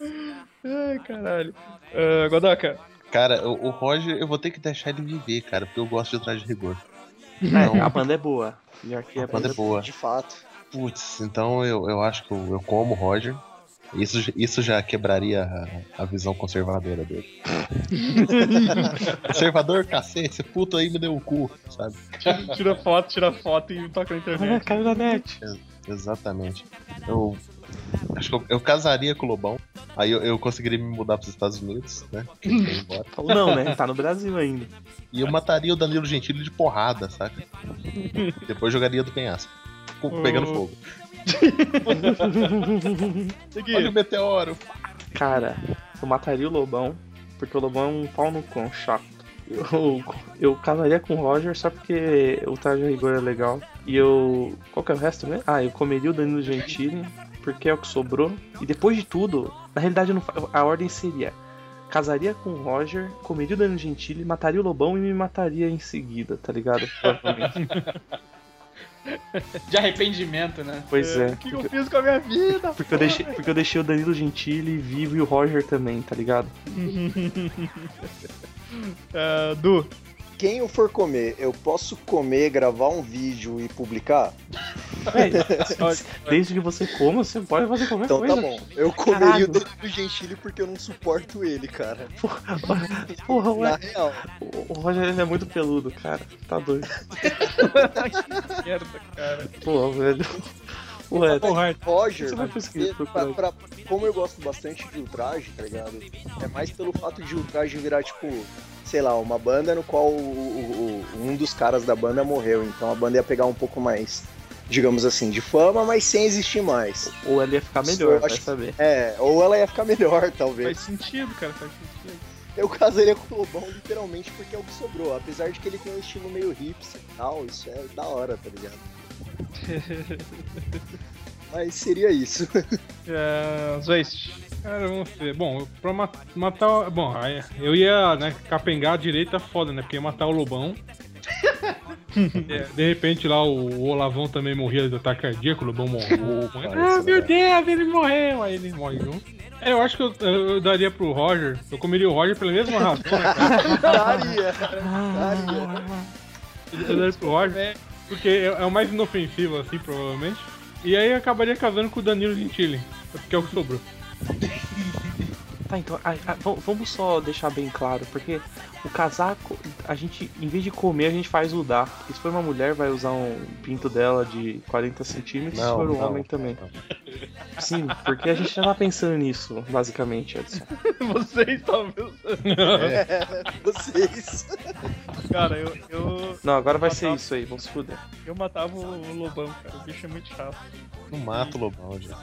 C: Ai, caralho. Ah, Godoka,
E: Cara, o, o Roger, eu vou ter que deixar ele viver, cara, porque eu gosto de trás de rigor.
D: É, a banda é boa. E aqui a,
E: A banda é boa.
F: De fato.
E: Putz, então eu, eu acho que eu, eu como o Roger. Isso, j- isso já quebraria a, a visão conservadora dele. Conservador, cacete, esse puto aí me deu o cu, sabe?
C: tira, tira foto, tira foto e toca na
D: Ah,
C: internet.
D: caiu na net.
E: Exatamente. Eu acho que eu, eu casaria com o Lobão. Aí eu, eu conseguiria me mudar pros Estados Unidos, né? Pra ir embora.
D: Falou, não, né? Tá no Brasil ainda.
E: E eu mataria o Danilo Gentili de porrada, saca? Depois jogaria do penhasco. com- Pegando
C: Hum.
E: fogo. Olha o
C: Segui.
E: meteoro!
D: Cara, eu mataria o Lobão, porque o Lobão é um pau no cão, chato. Eu, eu casaria com o Roger só porque o Traje a Rigor é legal. E eu. Qual que é o resto mesmo? Ah, eu comeria o Danilo Gentili, porque é o que sobrou. E depois de tudo, na realidade eu não fa- a ordem seria. Casaria com o Roger, comeria o Danilo Gentili, mataria o Lobão e me mataria em seguida, tá ligado? Provavelmente.
G: De arrependimento, né?
D: Pois é.
C: O que que eu fiz com a minha vida?
D: Porque eu, deixei, porque eu deixei o Danilo Gentili vivo e o Roger também, tá ligado?
C: Ah, du,
F: Quem eu for comer, eu posso comer, gravar um vídeo e publicar?
D: É, Desde que você coma, você pode fazer qualquer
F: Então
D: coisa.
F: tá bom. Eu comeria o Danilo Gentili porque eu não suporto ele, cara.
D: Porra, ué,
F: Na real.
D: o o Roger ele é muito peludo, cara. Tá doido.
C: merda, cara.
D: Pô, velho. Ué,
H: Porra,
F: Roger,
D: Você vai pesquisar,
F: pra- pra- como eu gosto bastante de ultraje, tá ligado? É mais pelo fato de ultraje virar, tipo, sei lá, uma banda no qual o- o- o- um dos caras da banda morreu. Então a banda ia pegar um pouco mais, digamos assim, de fama, mas sem existir mais.
D: ou ele ia ficar
F: Isso,
D: melhor,
F: eu
D: vai
F: acho-
D: saber.
F: É, ou ela ia ficar melhor, talvez.
C: Faz sentido, cara, faz sentido.
F: Eu casaria com o Lobão, literalmente, porque é o que sobrou. Apesar de que ele tem um estilo meio hipster e tal, isso é da hora, tá ligado? Mas seria isso.
C: Ah, Zeus,
H: cara, vamos ver. Bom, pra ma- matar. o- Bom, aí eu ia né, capengar a direita foda, né? Porque ia matar o Lobão. É, De repente lá o o Olavão também morria de ataque cardíaco, o Lobão morreu.
E: cara,
H: ah,
E: isso
H: meu
E: é-
H: Deus, ele morreu! Aí ele morre junto. É, eu acho que eu, eu daria pro Roger. Eu comeria o Roger pela mesma razão, né, cara?
F: Daria, daria.
H: Eu daria pro Roger, porque é é o mais inofensivo, assim, provavelmente. E aí eu acabaria casando com o Danilo Gentili, porque é o que sobrou.
D: Tá, então, a- a- v- vamos só deixar bem claro, porque o casaco, a gente, em vez de comer, a gente faz o dar. Porque se for uma mulher, vai usar um pinto dela de 40 centímetros, se
E: Não,
D: for um
E: não,
D: homem também.
E: não.
D: Sim, porque a gente já tá pensando nisso, basicamente, Edson.
C: vocês talvez.
F: Vocês.
C: Cara, eu, eu,
D: Não, agora vai ser
C: Matava-
D: isso aí, vamos se fuder.
C: eu matava o Lobão, cara. O bicho é muito chato.
E: Não mata o Lobão, gente.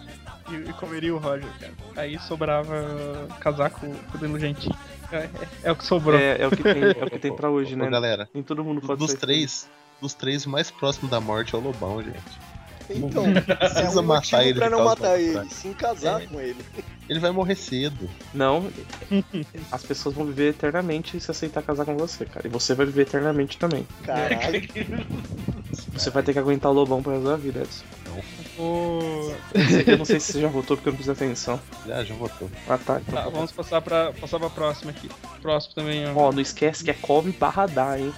C: E, e comeria o Roger, cara. Aí sobrava casaco com o Danilo Gentili. É, é- é o que sobrou.
D: É, é o que tem, é o que tem pra hoje,
E: Ô,
D: né?
E: galera,
D: Nem todo mundo pode
E: um dos
D: ser-
E: três, dos três, o mais próximo da morte é o Lobão, gente.
F: Então, é
E: Precisa
F: um
E: matar
F: motivo
E: ele.
F: pra
E: de
F: não
E: causa
F: matar
E: do
F: ele,
E: contrato.
F: sim casar
E: É.
F: com ele.
E: Ele vai morrer cedo.
D: Não, as pessoas vão viver eternamente se aceitar casar com você, cara. E você vai viver eternamente também.
F: Caralho,
D: Você vai ter que aguentar o lobão pro resto da vida, Edson.
C: O-
D: Eu não sei se você já votou porque eu não pus atenção.
E: Ah, já votou.
D: Ah tá, então.
C: Tá,
D: tá bom.
C: vamos passar pra, passar pra próxima aqui. Próximo também, ó.
D: Ó, não esquece que é Kobe barra dá, hein?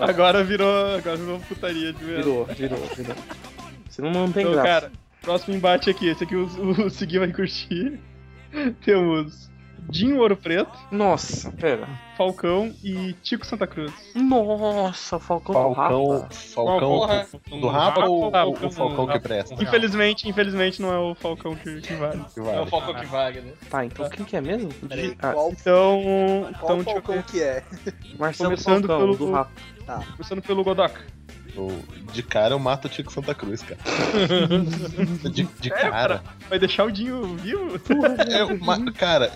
C: Agora virou, agora virou putaria de verdade.
D: Virou, virou, virou. Você não mantém
C: Então,
D: graça.
C: cara, Próximo embate aqui, esse aqui o, o Segui vai curtir. Temos Dinho Ouro Preto,
D: Nossa, pera.
C: Falcão e Tico Santa Cruz.
D: Nossa, Falcão, do Rafa.
E: Falcão, Falcão
G: Porra.
E: do Rapa ou o Falcão que presta?
C: Infelizmente, infelizmente não é o Falcão que, que vale.
E: Que
G: É o
E: vale.
G: Falcão que vaga, né?
D: Tá, então quem que é mesmo?
F: Peraí,
D: Ah,
F: qual
C: Então,
F: qual
C: então deixa eu
F: Falcão
C: ver.
F: que é?
D: Marcelo
C: Começando
D: Falcão,
C: pelo-
D: do Rafa.
C: começando pelo Godok.
E: Eu- De cara eu mato o Tico Santa Cruz, cara. De, de cara.
C: Vai deixar o Dinho vivo?
E: É, o ma- cara,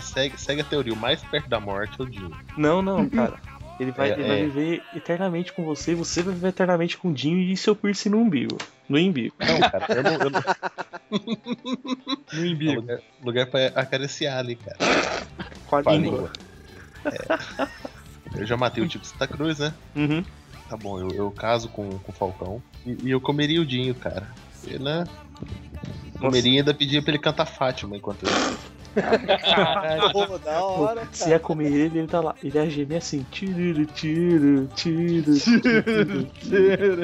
E: segue, segue a teoria. O mais perto da morte é o Dinho.
D: Não, não, cara. Ele vai,
E: É,
D: ele vai
E: é.
D: viver eternamente com você, você vai viver eternamente com o Dinho e seu piercing no umbigo. No umbigo.
E: Não, cara, eu não. Eu não
H: No
E: é
H: embigo.
E: lugar, lugar pra acariciar ali, cara.
D: Com a
E: Com a
D: língua.
E: língua. É. Eu já matei o Tico Santa Cruz, né?
D: Uhum.
E: Tá bom, eu, eu caso com, com o Falcão. E, e eu comeria o Dinho, cara. E, né? Comeria e ainda pedia pra ele cantar Fátima enquanto isso.
F: Pô, da hora, cara.
E: é
D: Se ia comer ele, ele tá lá. Ele ia gemer assim. Tiro, tiro, tiro, tiro.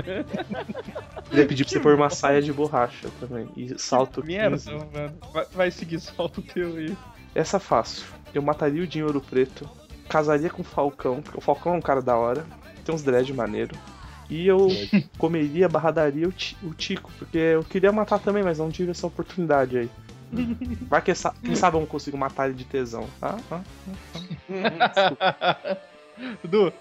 D: Ele ia pedir pra você pôr uma saia de borracha também. E salto. 15.
C: Merda, mano. Vai, vai seguir, solta o teu aí.
D: Essa é fácil. Eu mataria o Dinho Ouro Preto. Casaria com o Falcão. porque O Falcão é um cara da hora. Tem uns dread maneiro. E eu comeria, barradaria o, Ti- o Tico. Porque eu queria matar também, mas não tive essa oportunidade aí. Vai que essa, quem sabe eu não consigo matar ele de tesão. Ah, ah.
C: Dudu,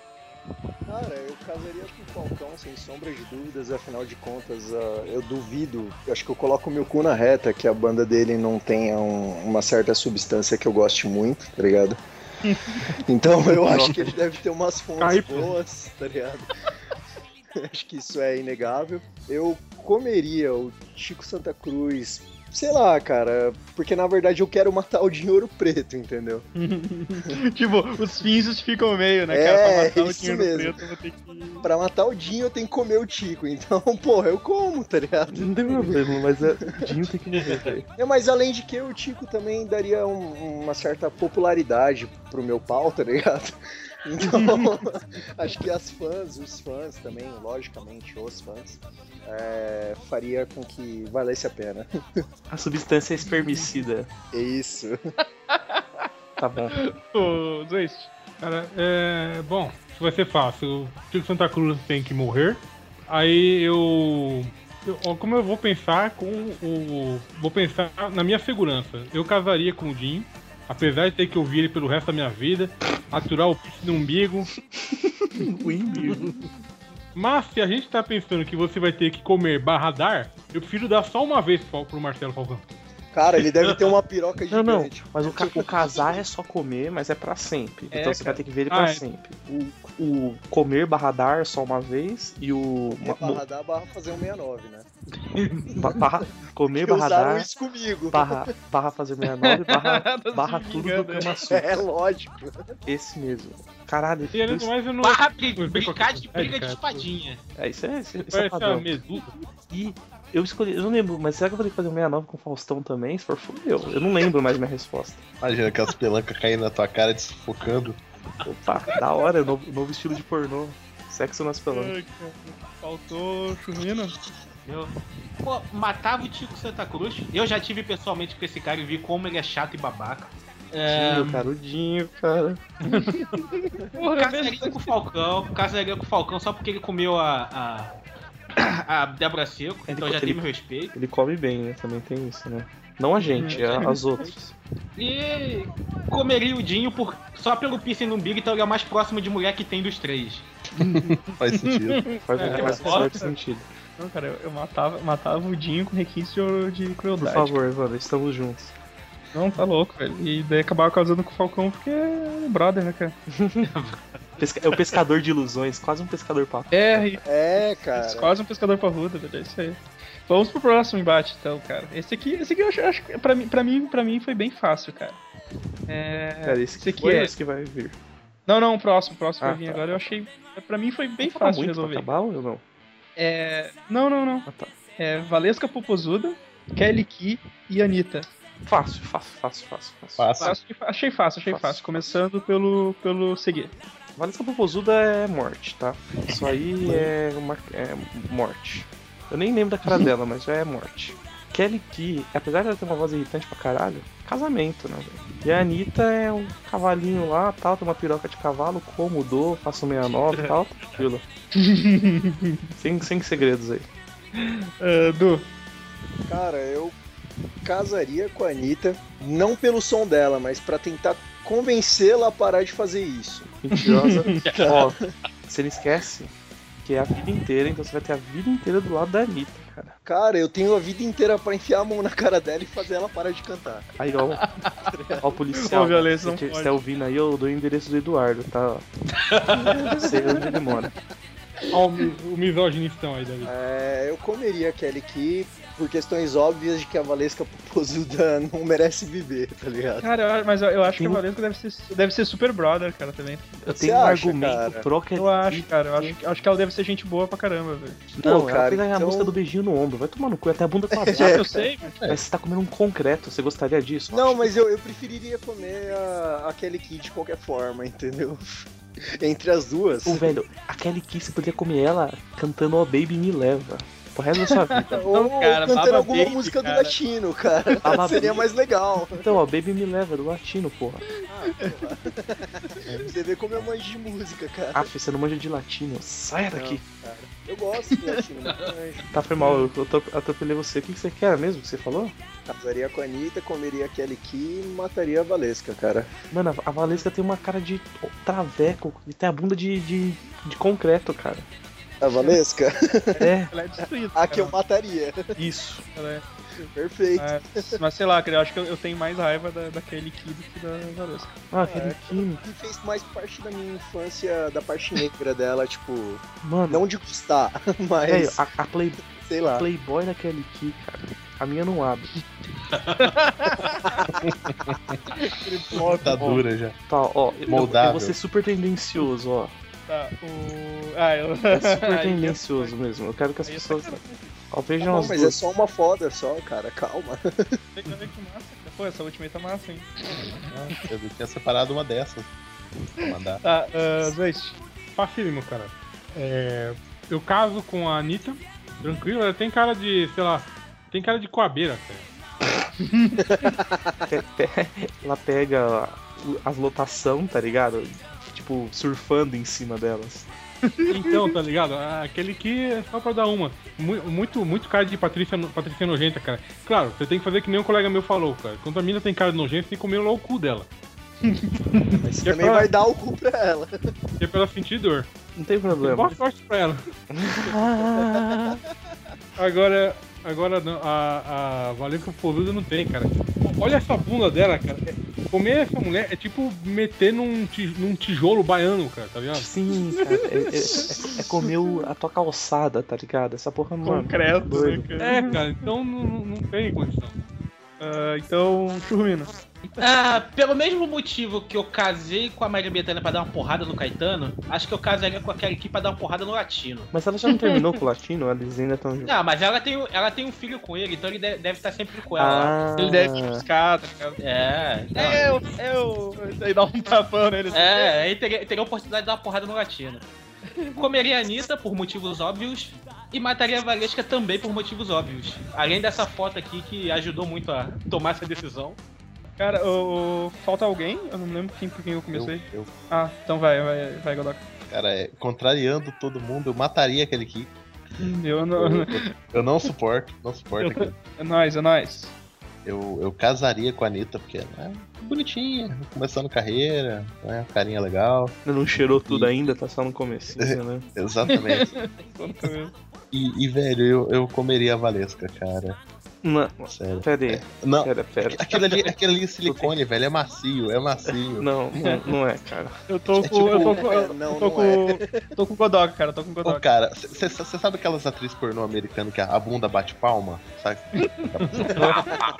F: Cara, eu casaria com o Falcão, sem sombra de dúvidas, afinal de contas, ah, eu duvido. eu Acho que eu coloco o meu cu na reta que a banda dele não tenha um- uma certa substância que eu goste muito, tá ligado? Então eu acho que ele deve ter umas fontes
H: Ai, pô.
F: boas, tá ligado? acho que isso é inegável. Eu comeria o Chico Santa Cruz, sei lá, cara, porque na verdade eu quero matar o Dinheiro Preto, entendeu?
C: tipo, os fins justificam o meio, né,
F: É,
C: cara? Pra matar o
F: isso
C: Dinho
F: mesmo.
C: Preto, eu vou ter que.
F: Pra matar o Dinho eu tenho que comer o Tico, então, porra, eu como, tá ligado?
D: Não tem problema, mas é, Dinho tem que morrer, velho.
F: É, mas além de que o Tico também daria um- uma certa popularidade pro meu pau, tá ligado? Então, acho que as fãs, os fãs também, logicamente, os fãs, é, faria com que valesse a pena.
D: A substância é espermicida.
F: É isso.
D: Tá bom.
C: Ô, Zwist.
H: Cara, é. Bom, isso vai ser fácil. O Tico Santa Cruz tem que morrer. Aí eu. eu- ó, como eu vou pensar com o. Vou pensar na minha segurança. Eu casaria com o Jim, apesar de ter que ouvir ele pelo resto da minha vida, aturar o piso no umbigo.
D: O imbigo.
H: Mas se a gente tá pensando que você vai ter que comer barra dar, eu prefiro dar só uma vez pro, pro Marcelo Falcão.
F: Cara, ele deve ter uma piroca
D: Não, não.
F: gigante.
D: Mas o, ca- o casar é só comer, mas é pra sempre.
C: É,
D: então você vai ter que ver ele
H: Ah,
D: pra
H: é.
D: sempre. O, o comer barra dar só uma vez e o.
F: É
D: ma-
F: barra dar, barra fazer um 69, né?
D: Ba- barra- comer
F: Porque
D: barra
F: usaram
D: dar,
F: isso comigo.
D: barra, barra fazer 69, barra,
C: Tá se
D: barra tudo do
C: vingando, né?
D: Kama Sutra.
F: É lógico.
D: Esse mesmo. Caralho,
H: E além do
D: isso,
H: mais, eu não. é-
G: Barra bri-
H: Brincar
G: brincar de briga de
H: cara.
G: espadinha.
D: é, isso é, isso é
H: Parece uma
D: padrão.
H: medusa.
D: E eu escolhi, eu não lembro, mas será que eu falei que fazer um 69 com o Faustão também? Se for, fudeu. Eu não lembro mais minha resposta.
E: Imagina aquelas pelancas caindo na tua cara, te sufocando.
D: Opa, da hora, novo, novo estilo de pornô. Sexo nas pelotas.
C: Ai, cara, Faltou churrino?
G: Eu, pô, matava o Tico Santa Cruz. Eu já tive pessoalmente com esse cara e vi como ele é chato e babaca. É,
D: Dinho, carudinho, cara.
C: Porra,
G: casaria com o Falcão, casaria com o Falcão só porque ele comeu a. a... A Débora Seco,
D: Ele-
G: então já
D: ele-
G: tem meu respeito.
D: Ele come bem, né? Também tem isso, né? Não a
C: Uhum.
D: gente, a- as outras.
G: E comeria o Dinho por, só pelo piercing no umbigo, então ele é o mais próximo de mulher que tem dos três.
E: Faz sentido.
D: Faz
C: É,
D: muito
C: mas
D: mais
C: bota.
D: certo sentido.
C: Não, cara, eu, eu matava, matava o Dinho com requinte de
D: Por
C: crueldade.
D: favor, Evandro, estamos juntos.
C: Não, tá louco, velho. E daí acabava casando com o Falcão porque é brother, né, cara?
D: Pesca- É o pescador de ilusões, quase um pescador papo.
C: É, e
F: É,
C: Isso,
F: cara.
C: Quase um pescador parrudo, velho. É isso aí. Vamos pro próximo embate, então, cara. Esse aqui, esse aqui eu acho, acho que pra mim, pra mim, pra mim foi bem fácil, cara. É...
D: Cara, esse,
C: esse aqui
D: aqui foi
C: é-
D: é esse que vai vir.
C: Não, não, o próximo, o próximo
D: Ah,
C: vai vir
D: tá.
C: agora. Eu achei. Pra mim foi bem
D: Falta
C: fácil de
D: muito pra
C: resolver.
D: acabar ou não?
C: É. Não, não, não.
D: Ah, tá.
C: É Valesca Popozuda, Kelly Ki e Anitta.
D: Fácil, fácil, fácil, fácil. fácil.
E: Passa.
C: Fácil de- Achei fácil, achei
D: Fácil.
C: fácil. Começando pelo, pelo seguir.
D: Valesca Popozuda é morte, tá? Isso aí é uma é morte. Eu nem lembro da cara dela, mas já é morte. Kelly Key, apesar dela ter uma voz irritante pra caralho, casamento, né? velho? E a Anitta é um cavalinho lá, tal, tem uma piroca de cavalo, como mudou, faço 69 e tal, tranquilo. sem, sem segredos aí.
C: Ah, Du,
F: Cara, eu casaria com a Anitta, não pelo som dela, mas pra tentar convencê-la a parar de fazer isso.
D: Mentirosa. Ó, você não esquece que é a vida inteira, então você vai ter a vida inteira do lado da Anitta, cara.
F: Cara, eu tenho a vida inteira pra enfiar a mão na cara dela e fazer ela parar de cantar.
D: Aí, ó, ó o policial.
C: Ô, violência,
D: você
C: não
D: que-
C: pode.
D: você tá ouvindo aí, eu dou o endereço do Eduardo, tá? Ó. Sei onde ele mora.
H: Olha o, mi- o misoginistão aí, Davi.
F: É, eu comeria a Kelly Key por questões óbvias de que a Valesca Popozuda não merece viver, tá ligado?
C: cara, eu- mas eu, eu acho que
D: Sim.
C: o Valesco deve ser, deve ser super brother, cara, também.
D: Eu
F: Você
D: tenho um
F: acha,
D: argumento
F: cara?
D: pro que é
C: Eu acho, cara. Eu acho, acho que ela deve ser gente boa pra caramba, velho.
D: Não,
F: Pô,
D: ela
F: cara,
D: fez a
F: então-
D: música do beijinho no ombro. Vai tomar no cu, até a bunda tá
C: Ah,
D: é.
C: eu sei, velho.
D: Mas você tá comendo um concreto, você gostaria disso?
F: Não,
D: Acho
F: mas eu, eu preferiria comer a, a Kelly Key de qualquer forma, entendeu? Entre as duas.
D: que- Ô, velho, a Kelly Key, você poderia comer ela cantando Oh Baby Me Leva. Pro resto da sua vida.
F: Ou
C: cara,
F: cantando
C: Baba
F: alguma
C: Baby,
F: música
C: cara.
F: do latino, cara.
D: Baba
F: Seria
D: Baby.
F: mais legal.
D: Então, ó, Baby Me Leva, do latino, porra.
F: Você vê como eu manjo de música, cara.
D: Ah, você não manja de latino. Sai daqui.
F: Eu gosto né, assim, de latino, mas eu manjo.
D: Tá, foi mal, eu atrop- atropelei você. O que que você quer mesmo que você falou?
F: Casaria com a Anitta, comeria a Kelly Key e mataria a Valesca, cara.
D: Mano, a- a Valesca tem uma cara de traveco e tem a bunda de, de, de concreto, cara.
F: A Valesca?
D: É,
C: Ela é destruída.
F: a que eu
C: cara.
F: mataria.
D: isso.
C: Ela é-
F: Perfeito.
C: mas- mas sei lá, cara, eu acho que eu, eu tenho mais raiva da, da Kelly Key do que da Valesca.
D: Ah, aquele Kim,
F: E fez mais parte da minha infância, da parte negra dela, tipo,
D: mano.
F: não é de custar,
D: velho,
F: mas
D: a, a Play-
F: sei lá.
D: Playboy da Kelly Key, cara. A minha não abre.
E: Tá dura já.
D: Tá, ó. eu- Eu, eu
E: Moldável.
D: vou ser super tendencioso, ó.
C: Tá, o. Ah, eu.
D: É super tendencioso mesmo. Eu quero que as
C: Aí eu-
D: pessoas. Ó,
F: Tá
D: vejam
F: bom,
D: as
F: mas é
D: duas.
F: só uma foda só, cara, calma.
C: Pô, essa última aí tá massa, hein?
E: Ah, Eu tinha separado uma dessas. Vou mandar.
C: Tá, ah, Zeist.
H: Facílimo, cara. É, eu caso com a Anitta, tranquilo, ela tem cara de, sei lá, tem cara de coabeira, cara.
D: Pe- pe- Ela pega o- as lotação, tá ligado? Tipo, surfando em cima delas.
H: Então, tá ligado? Aquele que é só pra dar uma. Mu- Muito, muito cara de Patrícia, no- Patrícia Nojenta, cara. Claro, você tem que fazer que nem um colega meu falou, cara. Quando a mina tem cara de nojenta, tem que comer o cu dela.
F: Mas você
H: Que é
F: também
H: pra-
F: vai dar o cu pra ela.
H: Que é pra ela sentir dor.
D: Não tem problema.
H: Boa sorte pra ela.
D: Ah,
H: agora, agora não, a, a Valesca Poluda não tem, cara. Olha essa bunda dela, cara. É- Comer essa mulher é tipo meter num, ti- num tijolo baiano, cara, tá ligado?
D: Sim, cara, é, é- é- é comer o- a tua calçada, tá ligado? Essa porra, mano.
C: Concreto, né,
D: doido.
C: cara?
H: É, cara, então não, não- não tem condição.
C: Ah, então, Churrumino.
G: Ah, pelo mesmo motivo que eu casei com a Maria Bethânia pra dar uma porrada no Caetano, acho que eu casaria com aquela equipe pra dar uma porrada no Latino.
D: Mas ela já não terminou com o latino? Eles ainda estão juntos.
G: Não, mas ela tem, ela tem um filho com ele, então ele deve, deve estar sempre com
D: Ah,
G: ela.
C: Ele deve te buscar, tá ligado?
G: É,
C: É, eu. eu... Aí dá um tapão nele.
G: é, aí teria, teria a oportunidade de dar uma porrada no Latino. Comeria a Anitta por motivos óbvios e mataria a Valesca também por motivos óbvios. Além dessa foto aqui que ajudou muito a tomar essa decisão.
C: Cara, o, o- falta alguém? Eu não lembro quem, por quem eu
E: Eu,
C: comecei.
E: eu,
C: Ah, então vai, vai, vai, Godoc.
E: cara, é, contrariando todo mundo, eu mataria aquele Ki.
C: Eu
E: Eu,
C: não.
E: eu não suporto, não suporto
C: Eu-
E: aquele.
C: É nóis, é nóis.
E: Eu, eu casaria com a Anitta, porque ela é bonitinha, começando carreira, né? Carinha legal.
D: não cheirou tudo ainda, tá só no comecinho, né?
E: Exatamente. E, e, velho, eu, eu comeria a Valesca, cara.
D: Não,
E: Sério.
D: pera aí,
E: Não,
D: pera, pera.
E: aquele ali, aquele ali é silicone, velho, é macio, é macio.
D: Não, não, não é, cara.
C: Eu tô
E: tipo,
C: com. Eu tô com.
F: é,
C: eu
F: não,
C: tô
F: não
C: com. Tô com o Godoc, cara. Tô com o
E: Ô,
C: Godoc.
E: cara, você sabe aquelas atrizes pornô americanas que a a bunda bate palma? Sabe?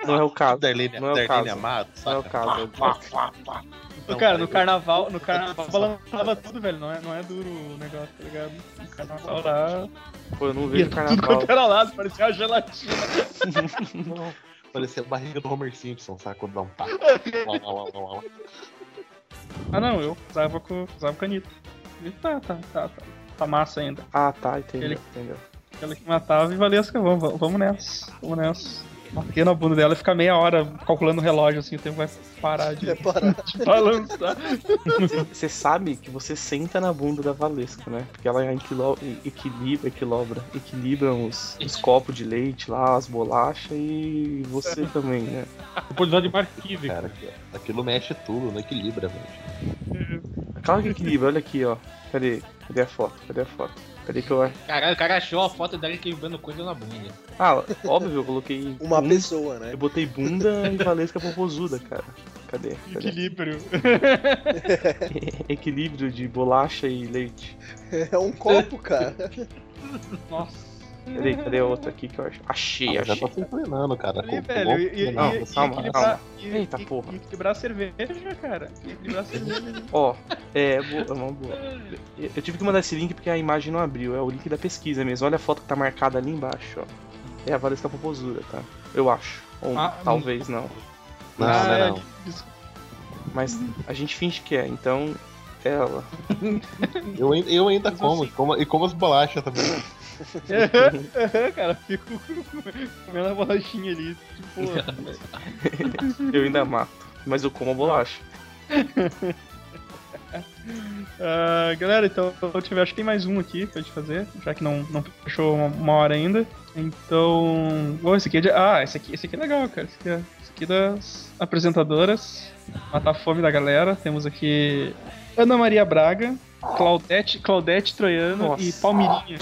D: Não é o caso.
E: Darlene,
D: Não é o
E: Darlene
D: caso.
E: Amato,
D: Não é o
E: sabe?
D: caso.
C: Ô, cara, no carnaval, no carnaval balançava tudo, velho. Não é, não é duro o negócio, tá ligado? No carnaval lá.
D: Pô, eu não
C: Ia
D: vejo
C: tudo
D: carnaval.
C: quanto era lado, parecia uma gelatina.
E: Parecia a barriga do Homer Simpson, sabe? Quando dá um tapa. Lá, lá, lá, lá, lá.
C: Ah, não, eu usava com, usava com a Anitta. E Tá, tá, tá, tá. Tá massa ainda.
D: Ah, tá, entendeu,
C: Ele-
D: entendeu.
C: Aquela que matava e Valesca, vamos, vamos, vamos nessa. Vamos nessa. bater na bunda dela e ficar meia hora calculando o relógio, assim, o tempo vai parar de,
F: É parar.
C: de balançar.
D: Você sabe que você senta na bunda da Valesca, né? Porque ela equilo- e- equilibra, equilibra, equilibra os, os copos de leite lá, as bolachas e você também, né?
H: Oportunidade de Marquive.
E: Cara, aquilo mexe tudo, não equilibra, velho.
D: Claro que equilibra, olha aqui, ó. Cadê? Cadê a foto? Cadê a foto? Cadê que eu acho?
G: Caralho, o cara achou a foto dela queimando coisa na bunda.
D: Ah, óbvio, eu coloquei.
F: Uma
D: bunda-
F: pessoa, né?
D: Eu botei bunda e Valesca popozuda, cara. Cadê? Cadê?
C: Equilíbrio.
D: Equilíbrio de bolacha e leite.
F: É um copo, cara.
C: Nossa.
D: Cadê? Cadê a outra aqui que eu acho? Achei,
E: Ah, já tá
D: achei.
E: se inclinando, cara.
C: Ali,
E: Com- com
C: velho,
E: golpe,
C: e, e-
D: tá Não,
C: e- e
D: calma,
C: equilibrar, e-
D: Eita,
C: e-
D: porra.
C: e equilibrar a cerveja, cara. E equilibrar a cerveja.
D: Ó, é, bo- é uma boa. Eu eu tive que mandar esse link porque a imagem não abriu. É o link da pesquisa mesmo. Olha a foto que tá marcada ali embaixo, ó. É a Valesca Popozuda, tá? Eu acho. Ou
H: Ah,
D: talvez não.
E: Não,
C: Ah,
E: não,
C: é,
E: não.
C: desculpa.
D: Mas a gente finge que é, então. é Ela.
E: Eu, ain- eu ainda como, como- e como as bolachas também.
C: Aham, cara, fico comendo a bolachinha ali. Tipo,
D: Eu ainda mato. Mas eu como a bolacha.
C: Ah, galera, então deixa eu ver, acho que tem mais um aqui pra gente fazer, já que não, não fechou uma, uma hora ainda. Então. Bom, esse aqui é de. Ah, esse aqui, esse aqui é legal, cara. Esse aqui, é, esse aqui é das apresentadoras. Matar a fome da galera. Temos aqui Ana Maria Braga, Claudete, Claudete Troiano
D: Nossa.
C: e Palmirinha.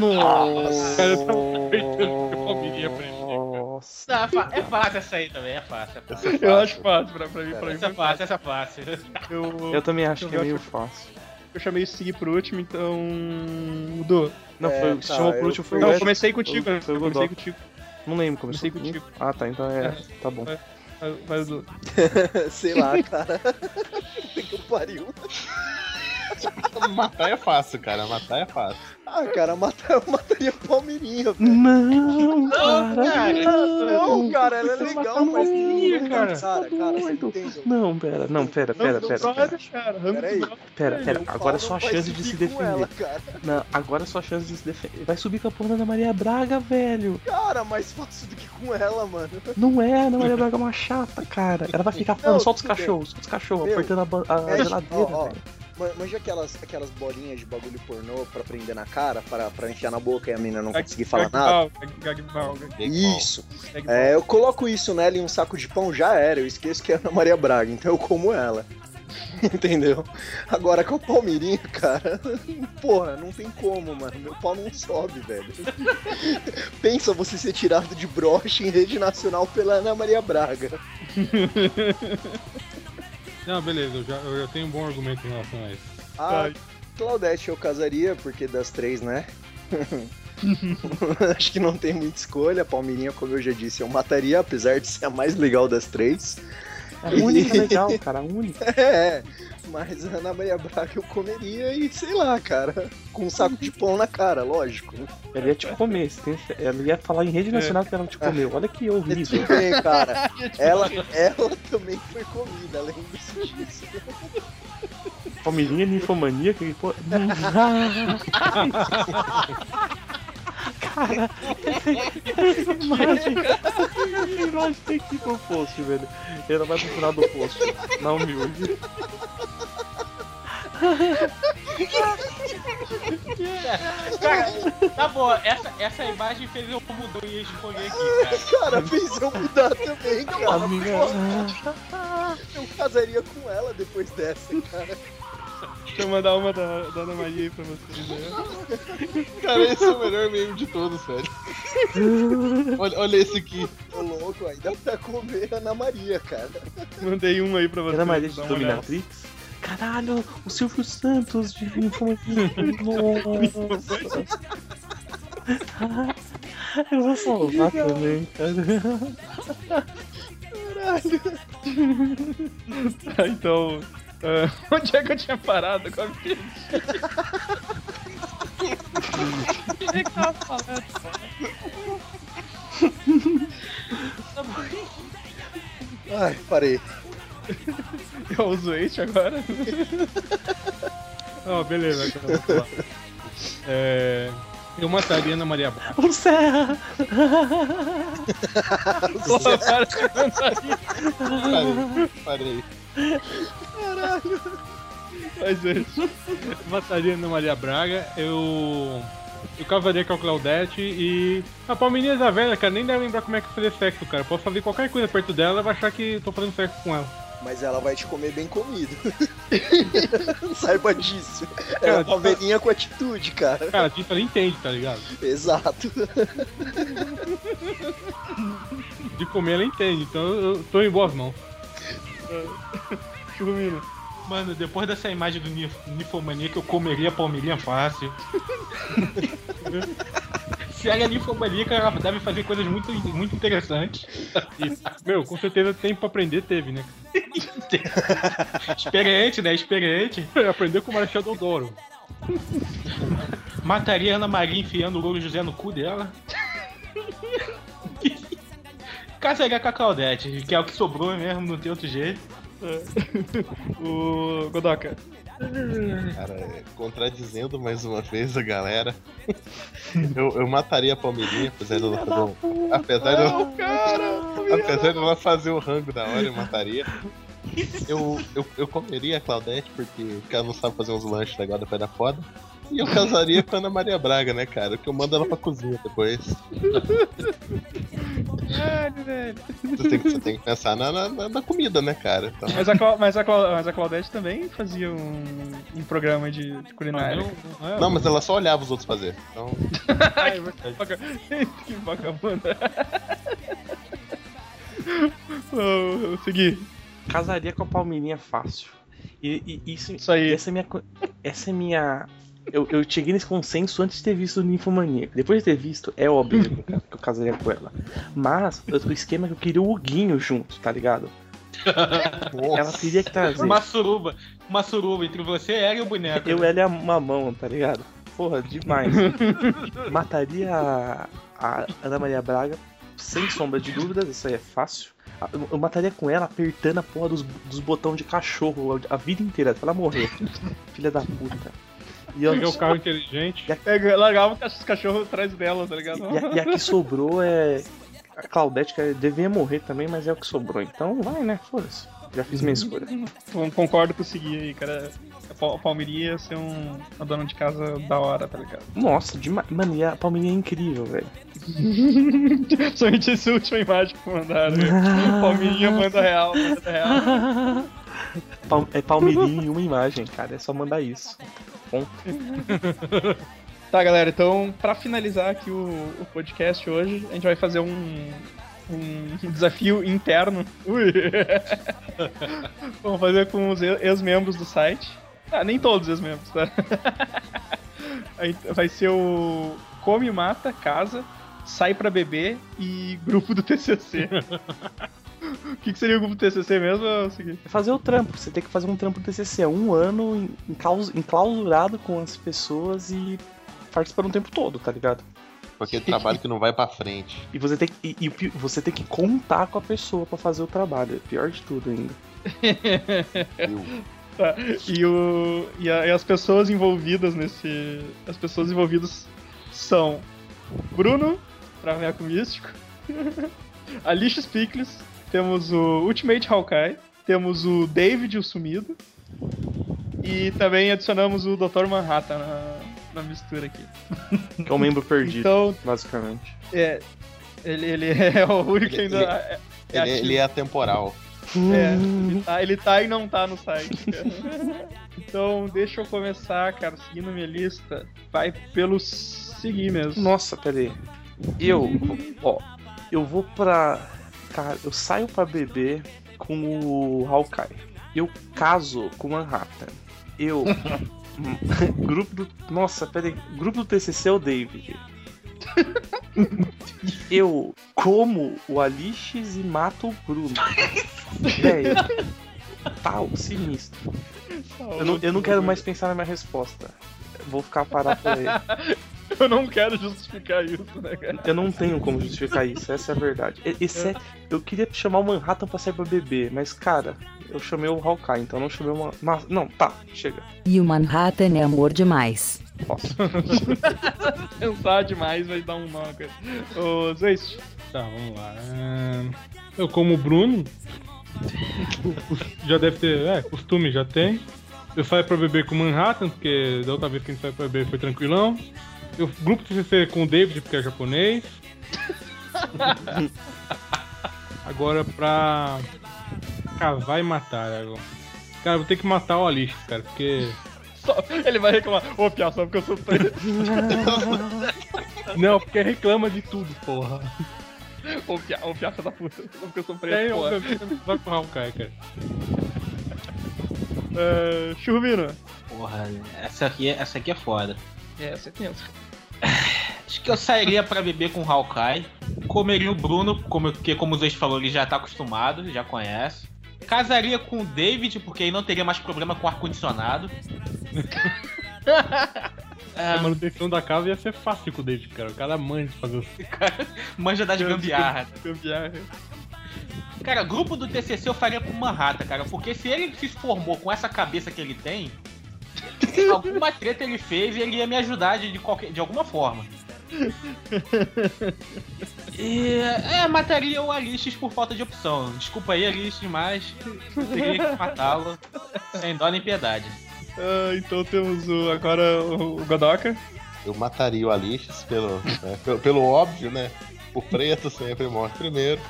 H: Nossa.
D: Cara,
H: eu tava pensando que eu comeria pra ele.
D: Nossa.
G: Não, é fa- é fácil essa aí também, é fácil, é fácil.
C: Eu acho fácil pra, pra mim. Pra mim
G: Essa é fácil, essa é fácil.
C: eu,
D: Eu
C: eu,
D: também acho
C: Eu
D: que é
C: acho-
D: meio fácil.
C: chamei esse aqui por último, então. Du.
D: Não,
F: É,
D: foi o que se
F: tá,
D: chamou por
F: eu-
D: último foi o
C: Não, eu
D: Wesley.
C: comecei contigo, né?
D: Foi o
C: eu comecei
D: Godot.
C: contigo.
D: Não lembro, começou
C: Comecei contigo.
D: comigo. Ah, tá, então é. Tá bom.
C: Vai- Vai, Du.
F: Sei lá, cara. Puta que pariu.
E: Matar é fácil, cara. Matar é fácil.
F: Ah, cara, matar, eu mataria a Palmeirinha, velho.
D: Não,
G: Não, cara.
F: Não, cara, ela é
D: Você
F: legal,
D: matou
F: mas-
D: Palmeirinha, cara. Tá
F: Cara, cara, você entende?
D: Não, pera, não, pera,
C: Não,
D: pera,
C: não
D: pera,
C: pode,
D: pera,
C: cara. Ramos
F: Pera aí.
C: não.
D: pera, pera.
F: O pau
D: Agora é só
F: não
D: a
F: vai
D: chance de se
F: subir com ela,
D: defender.
F: cara.
D: Não, agora é só a chance de se defender. Vai subir com a porra da Maria Braga, velho.
F: Cara, mais fácil do que com ela, mano.
D: Não é, a Ana Maria Braga é uma chata, cara. Ela vai ficar falando
F: Não,
D: só dos
F: tudo bem.
D: cachorros, só dos cachorros,
F: Meu,
D: apertando a, ba- a
F: É,
D: geladeira,
F: ó, ó,
D: velho.
F: man- Manja aquelas, aquelas bolinhas de bagulho pornô pra prender na cara, pra, pra enfiar na boca e a menina não conseguir falar
H: ah,
F: nada?
C: Gagbal, gagbal,
F: Isso.
C: gagbal.
F: É, eu coloco isso nela em um saco de pão, já era. Eu esqueço que é a Ana Maria Braga, então eu como ela. Entendeu? Agora com o Palmeirinho, cara, porra, não tem como, mano. Meu pau não sobe, velho. Pensa você ser tirado de broche em rede nacional pela Ana Maria Braga.
H: Não, beleza, eu já, eu já tenho um bom argumento em relação a isso.
F: Ah, Claudete eu casaria, porque das três, né? Acho que não tem muita escolha. A Palmeirinha, como eu já disse, eu mataria, apesar de ser a mais legal das três.
D: É a única legal, cara, a única.
F: É, mas a Ana Maria Braga eu comeria e sei lá, cara. Com um saco de pão na cara, lógico.
D: Ela ia te comer, você tem cer- ela ia falar em
F: É.
D: rede nacional que ela te comeu. Olha que horrível.
F: Tudo bem, cara. Ela, ela também foi comida, lembre-se disso.
D: Palmeirinha ninfomania, que pô. Cara, essa imagem. Essa imagem tem que ir pro post, velho. Ela vai pro final do post. Na humilde.
G: Cara, tá bom, essa, essa imagem fez eu mudar e escolher aqui, cara.
F: Cara, fez eu mudar também,
D: A
F: cara.
D: minha.
F: Eu casaria com ela depois dessa, cara.
C: Deixa eu mandar uma da, da Ana Maria aí pra vocês. Né?
E: Cara, esse é o melhor meme de todos, velho. olha, olha esse aqui.
F: Ô louco, ainda pra comer a Ana Maria, cara.
C: Mandei uma aí pra vocês.
D: Ana Maria de
C: dá uma olhada.
D: Dominatrix? Caralho, o Silvio Santos de ninfomania. Nossa. Eu vou salvar também, cara.
C: Tá, então. ah, onde é que eu tinha parado? Agora me perdi. O que é que tava falando?
F: Ai, parei.
C: Eu uso este agora?
H: Ah, beleza, cara. vamos lá. É, Eu mataria a Ana Maria Braga.
D: O Serra!
E: Parei, parei.
C: Mas é isso.
H: Eu mataria a Ana Maria Braga. Eu. Eu casaria com a Claudete e. A Palmeirinha da velha, cara, nem deve lembrar como é que eu fazer sexo, cara. Eu Posso fazer qualquer coisa perto dela, ela vai achar que eu tô fazendo sexo com ela.
F: Mas ela vai te comer bem comido. Saiba disso. É uma
H: Cara,
F: palmeirinha com atitude, cara.
H: Cara, disso ela entende, tá ligado?
F: Exato.
H: De comer ela entende, então eu eu tô em boas mãos.
G: É.
C: Churumino.
G: Mano, depois dessa imagem do nif- ninfomania que eu comeria a palmeirinha fácil. Se ela é ninfomaníaca, ela deve fazer coisas muito, muito interessantes.
H: E, meu, com certeza tempo pra aprender teve, né?
G: Experiente, né? Experiente.
H: Aprendeu É, com o Marechal Deodoro.
G: Mataria a Ana Maria enfiando o Louro José no cu dela. Casaria com a Claudete, que é o que sobrou mesmo, não tem outro jeito.
C: É. O Godoka.
E: Cara, é, contradizendo mais uma vez a galera. Eu, eu mataria a Palmeirinha, apesar dela fazer um, apesar dela, apesar dela fazer o rango da hora, eu mataria. Eu, eu, eu comeria a Claudete, porque o cara não sabe fazer uns lanches agora vai dar foda. E eu casaria com a Ana Maria Braga, né, cara? Que eu mando ela pra cozinha depois. Você tem, que- você tem que pensar na, na- na- na comida, né, cara? Então,
C: Mas a, Clau- mas, a Clau- mas a Claudete também fazia um, um programa de, de
G: É.
C: culinária.
E: não, é. mas ela só olhava os outros fazer. Então,
C: Vaca- que vagabunda. Vou seguir.
D: Casaria com a Palmeirinha fácil. E, e- isso,
C: Isso aí.
D: Essa é minha. co- Essa é minha. Eu, eu cheguei nesse consenso antes de ter visto o Ninfomaníaco. Depois de ter visto, é óbvio que eu- que eu casaria com ela. Mas eu- o esquema é que eu queria o Huguinho junto, tá ligado? Ela teria que trazer.
G: Uma suruba, uma suruba entre você, ela e o boneco.
D: Eu, ela é uma mão, tá ligado? Porra, demais. Mataria a, a Ana Maria Braga, sem sombra de dúvidas, isso aí é fácil. A- eu- Eu mataria com ela apertando a porra dos, dos botões de cachorro a, a vida inteira, pra ela morrer. Filha da puta. E, eu-
H: Pegar o carro inteligente.
C: É, largava os cachorros atrás dela, tá ligado?
D: e a, e a que sobrou é. A Claudete, que devia morrer também, mas é o que sobrou. Então vai, né? Foda-se. Já fiz minha escolha.
C: Con- Concordo com o seguir aí, cara. A Pal- Palmeirinha ia ser um, uma dona de casa da hora, tá ligado?
D: Nossa, demais. Mano, e a Palmeirinha é incrível, velho.
C: Somente essa última imagem que mandaram. né? Palmeirinha manda real, manda real.
D: Pal- é Palmeirinha em uma imagem, cara. É só mandar isso.
C: Tá, galera, então, pra finalizar aqui o, o podcast hoje, a gente vai fazer um, um desafio interno. Ui! Vamos fazer com os ex-membros do site. Ah, nem todos os ex-membros, tá? Aí vai ser o Come, Mata, Casa, Sai Pra Beber e Grupo do TCC. o que, que seria o grupo do TCC mesmo? É o seguinte.
D: É fazer o trampo. Você tem que fazer um trampo do TCC. É um ano en- enclaus- enclausurado com as pessoas e participando o tempo todo, tá ligado?
E: com aquele é trabalho que não vai pra frente.
D: E você tem que, e- e o pi- você tem que contar com a pessoa pra fazer o trabalho. É pior de tudo ainda.
E: Eu-
C: Tá. E, o, e, a- e as pessoas envolvidas nesse. As pessoas envolvidas são Bruno, Traveco Místico, Alicia Pickles, temos o Ultimate Hawkeye, temos o David o Sumido, e também adicionamos o Dr. Manhattan na, na mistura aqui.
D: Que é um membro perdido,
C: Então,
D: basicamente.
C: é, ele, ele é o único que
E: Ele-
C: ainda. é- é
E: Ele,
C: ativo.
E: ele é atemporal.
C: É, ele tá, ele tá e não tá no site. cara. então, deixa eu começar, cara, seguindo minha lista. Vai pelo seguir mesmo.
D: Nossa, peraí. Eu, ó, eu vou pra. Cara, eu saio pra beber com o Hawkeye. Eu caso com Manhattan. Eu. grupo do. Nossa, peraí. Grupo do TCC é o David. Eu como o Alix e mato o Bruno. Véi. Pau, sinistro. Eu não, eu não quero mais pensar na minha resposta. Vou ficar parado por aí.
C: Eu não quero justificar isso, né, cara?
D: Eu não tenho como justificar isso, essa é a verdade. E- Esse é- eu queria chamar o Manhattan pra sair pra beber, mas cara, eu chamei o Hawkeye, então eu não chamei o Manhattan. Não, tá, chega.
A: E o Manhattan é amor demais.
C: Pensar demais vai dar um nó na coisa. Ô, Zeist,
H: Tá, vamos lá. Ahn, Eu como o Bruno. já deve ter. É, costume já tem. Eu saio pra beber com o Manhattan, porque da outra vez que a gente saiu pra beber foi tranquilão. Eu grupo TCC com o David, porque é japonês. Agora pra cavar e matar, agora. Cara, eu vou ter que matar o Alix, cara, porque.
C: só- ele vai reclamar. Ô, Pia, só porque eu sou preto.
H: Não, porque reclama de tudo, porra.
C: Ô, Pia, ô, Pia, filha da puta. Só porque eu sou
H: Tem,
C: preto, porra.
H: vai com o Hawkeye, cara.
C: Ah, Churvino.
G: Porra, essa aqui, é- essa aqui é foda.
C: É, você pensa.
G: Acho que eu sairia pra beber com o Hawkeye. Comeria o Bruno, como, porque como o Zeus falou, ele já tá acostumado, já conhece. Casaria com o David, porque aí não teria mais problema com ar-condicionado.
H: A manutenção da casa ia ser fácil com o David, cara. O cara manja de fazer os
G: Manja das gambiarras.
C: Gambiarra.
G: Cara, grupo do TCC eu faria com o Manhattan, cara, porque se ele se formou com essa cabeça que ele tem, alguma treta ele fez e ele ia me ajudar de, de qualquer, de alguma forma. E, é, mataria o Alix por falta de opção. Desculpa aí, Alix, mas eu teria que matá-lo sem dó nem piedade.
C: Ah, então temos o, agora o, o Godoka.
E: Eu mataria o Alix pelo, né, pelo, pelo óbvio, né? O preto sempre morre primeiro.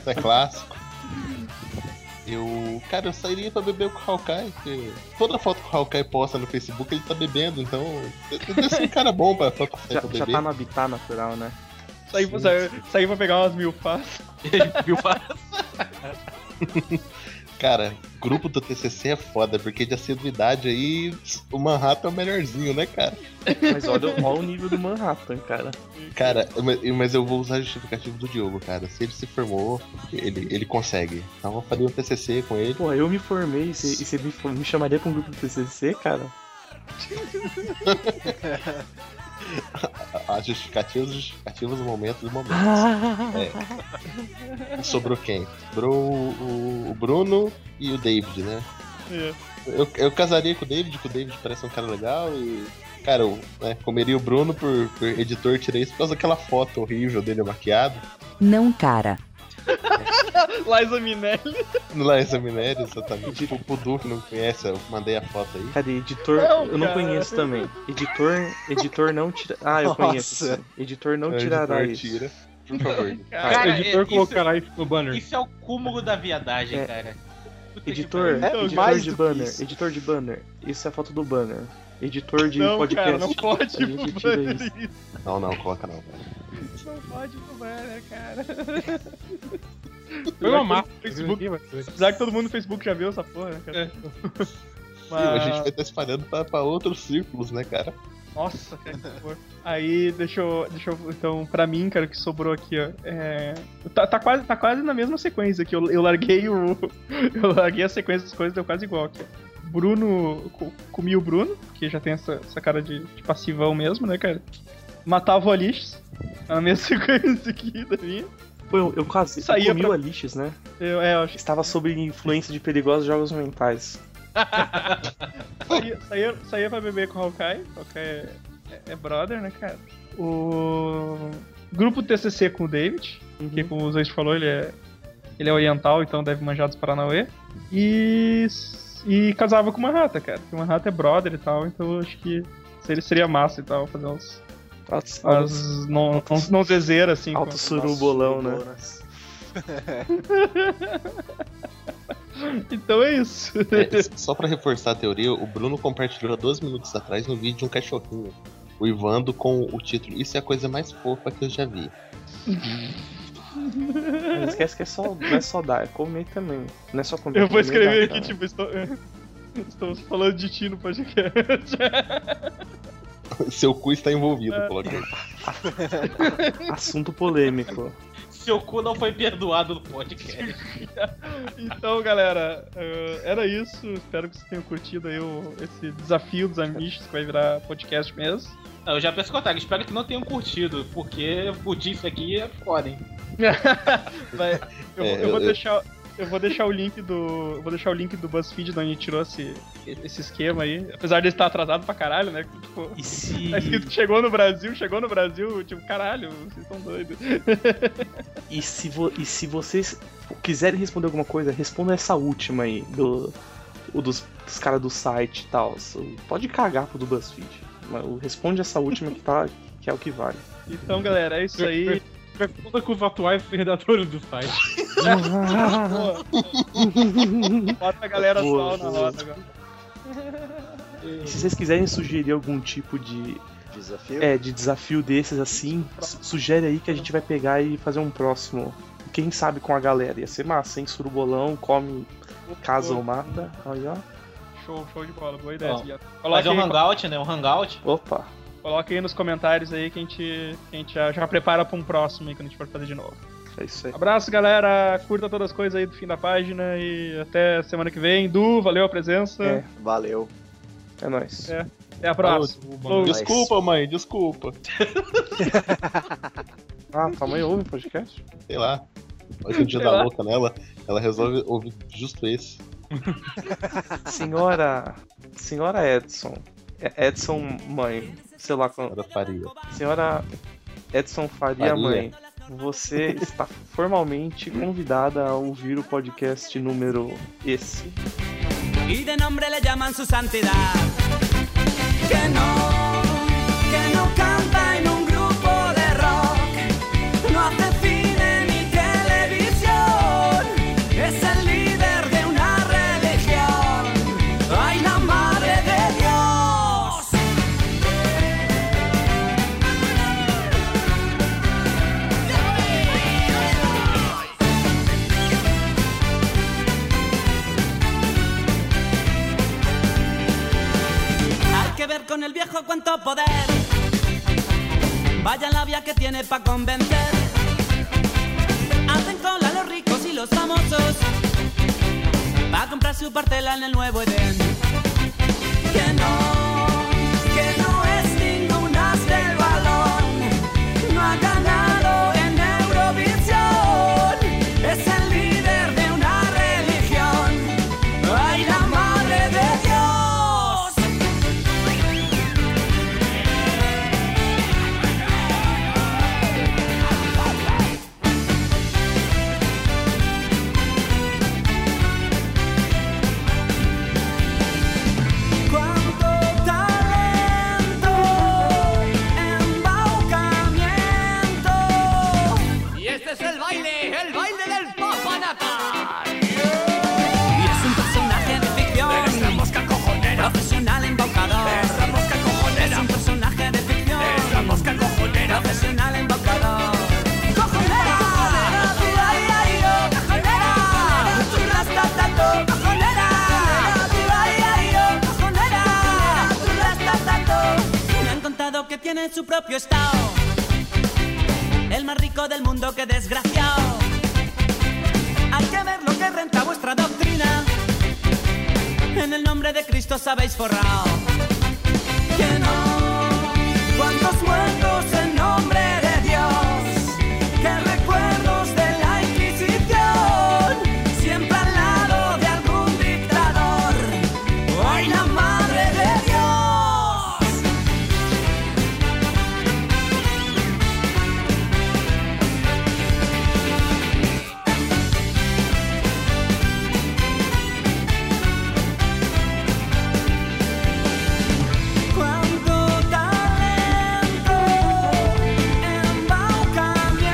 E: Isso é clássico. Eu. Cara, eu sairia pra beber com o Hawkeye, porque toda foto que o Hawkeye posta no Facebook ele tá bebendo, então. Deve ser um cara bom pra, pra sair
D: Já,
E: pra
D: já
E: beber.
D: tá no habitat natural, né?
C: Saiu pra, saiu, saiu pra pegar umas milfas.
G: Viu?
E: Cara, grupo do TCC é foda, porque de assiduidade aí o Manhattan é o melhorzinho, né, cara?
D: Mas olha, olha o nível do Manhattan, cara.
E: Cara, mas- mas eu vou usar a justificativa do Diogo, cara. Se ele se formou, ele, ele consegue. Então eu faria um TCC com ele.
D: Pô, eu me formei e você e você me, for- me chamaria pra um grupo do TCC, cara?
E: As justificativas, justificativas, o momento do momento.
D: Ah,
E: É. Sobrou quem? Sobrou o, o Bruno e o David, né?
C: É.
E: Eu, eu casaria com o David, que o David parece um cara legal e. Cara, eu né, comeria o Bruno por, por editor, tirei isso por causa daquela foto horrível dele maquiado.
A: Não, cara.
C: Liza Minelli.
E: Lá essa minério, exatamente. Tipo, o Pudu que não conhece, eu mandei a foto aí.
D: Cadê? Editor,
C: Não,
D: eu não
C: cara.
D: conheço também. Editor, editor não tira. Ah, eu
F: Nossa.
D: conheço. sim. Editor não
E: É, Editor,
D: tirará isso.
E: tira. Por favor.
G: Cara,
H: o editor
G: é- isso-
H: colocará isso no banner.
G: Isso é o cúmulo da viadagem,
D: É.
G: cara. Puta que
D: Editor,
C: Então,
F: É
D: editor
F: mais
D: de
F: do que
D: banner,
F: isso.
D: editor de banner. Isso é a foto do banner. Editor de
C: Não,
D: podcast.
C: cara, não pode
D: A gente
C: pro
D: tira
C: banner
D: isso.
C: isso.
E: Não, não, coloca não.
C: Não pode pro banner, cara.
G: é
H: Foi uma
C: Apesar
H: massa. né?
C: que todo- Facebook, apesar que todo mundo no Facebook já viu essa porra, né, cara?
E: Sim, É. a
C: Mas-
E: gente vai estar espalhando pra, pra outros círculos, né, cara?
C: Nossa, cara, que horror. Aí, deixa eu, deixa eu. Então, pra mim, cara, o que sobrou aqui, ó. É, tá, tá quase, tá quase na mesma sequência aqui. Eu, eu larguei o. Eu larguei a sequência das coisas, deu quase igual aqui. ó. Bruno. co- Comi o Bruno, que já tem essa, essa cara de, de passivão mesmo, né, cara? Matava o Alix. A mesma sequência aqui da minha.
D: Pô, eu, eu quase eu
C: Saía
D: comi
C: é pra-
D: o Alixis, né?
C: Eu, é, eu acho que
D: Estava sob influência de perigosos jogos mentais.
C: saía, saía, saía pra beber com o Hawkeye. Hawkeye é, é- é brother, né, cara? O. Grupo TCC com o David.
D: Uhum.
C: que como o Zeus falou, ele é, ele é oriental, então deve manjar dos Paranauê. E, e casava com o Manhattan, cara. Porque o Manhattan é brother e tal, então eu acho que seria, seria massa e tal, fazer uns,
D: Altos, altos,
C: umas não, não, não zezeira, assim. com-
D: alto surubolão, né?
C: Então é isso.
E: É, só pra reforçar a teoria, o Bruno compartilhou há 12 minutos atrás no vídeo de um cachorrinho. O Ivando com o título Isso é a coisa mais fofa que eu já vi.
D: Não esquece que é só, não é só dar, é comer também. Não é só comer.
C: Eu vou
D: é comer e
C: escrever
D: dar,
C: aqui,
D: cara.
C: tipo, estou- estamos falando de ti no podcast.
E: Seu cu está envolvido,
C: É.
E: coloquei.
D: Assunto polêmico.
G: Seu cu não foi perdoado no podcast.
C: Então, galera, eh, era isso. Espero que vocês tenham curtido aí o, esse desafio dos amiches que vai virar podcast mesmo.
G: Não, eu já peço contato, espero que não tenham curtido, porque o disso aqui é foda, hein?
C: Vai, eu,
E: É,
C: eu vou
E: eu-
C: deixar. Eu vou deixar o link do. eu vou deixar o link do BuzzFeed de onde tirou esse, esse esquema aí. Apesar de estar atrasado pra caralho, né? Tipo,
D: E se.
C: tá escrito que chegou no Brasil, chegou no Brasil, tipo, caralho, vocês estão doidos.
D: E se, vo- e se vocês quiserem responder alguma coisa, respondam essa última aí, do, o dos, dos caras do site e tal. So, Pode cagar pro do BuzzFeed. Mas o- responde essa última que, tá, que é o que vale.
C: Então, galera, é isso aí.
H: Pergunta com os atuais redatores do site.
C: Bota a galera
D: Boa,
C: só na
D: boa.
C: roda agora.
D: E se vocês quiserem sugerir algum tipo de,
F: Desafio?
D: é, de desafio desses assim, su- sugere aí que a gente vai pegar e fazer um próximo. Quem sabe com a galera. Ia ser massa, hein? Surubolão, come, casa ou mata. Aí, ó.
C: Show, show de bola, boa ideia.
G: Ó,
C: Guiado.
G: Fazer
C: Coloca
G: um
C: aí,
G: hangout, né? Um hangout.
D: Opa.
C: coloca aí nos comentários aí que a gente, que a gente já, já prepara pra um próximo aí que a gente pode fazer de novo.
D: É isso aí.
C: Abraço, galera. Curta todas as coisas aí do fim da página e até semana que vem. Du, valeu a presença.
D: É.
F: Valeu.
D: É nóis.
C: Até a próxima. Falou.
E: Desculpa, mãe, desculpa.
D: Ah, tua mãe ouve o podcast?
E: Sei lá. Hoje é o dia
C: Sei
E: da
C: lá.
E: louca nela, ela resolve ouvir justo esse.
D: Senhora. Senhora Edson. É Edson mãe. Sei lá qual.
E: Ela faria.
D: Senhora Edson Faria,
E: Faria.
D: mãe. Você está formalmente convidada a ouvir o podcast número esse.
I: y de nombre le llaman su santidad. Que no, que no canta en un grupo de rock, no hace cine ni televisión, es el líder de una religión. ¡Ay, la madre de Dios! Hay que ver con el viejo cuánto poder. Vaya labia que tiene pa' convencer. Hacen cola los ricos y los famosos. Va a comprar su partela en el nuevo Edén. Que no, que no es ningún as del balón. No ha ganado en Eurovisión. Es el líder de una religión. ¡Ay, la madre de Dios! Cuánto talento, embaucamiento. Y este es el baile, el baile del papanata. Y es un personaje de ficción. Eres la mosca cojonera. Profesional embaucador. Eres la mosca cojonera. Es un personaje de ficción. Eres la mosca cojonera. Profesional embaucador. Cojonera. Viva y airo, cojonera. Tú la estás dando, cojonera. Viva y airo, cojonera. Tú la estás dando. Me han contado que tiene su propio estado. El más rico del mundo, que desgraciado. Hay que ver lo que renta vuestra doctrina. En el nombre de Cristo os habéis forrado. Que no, cuántos muertos en nombre de Dios. Que recuerdos de la Inquisición. Siempre al lado de algún dictador. ¡Ay, la madre de Dios! Cuánto talento, embaucamiento.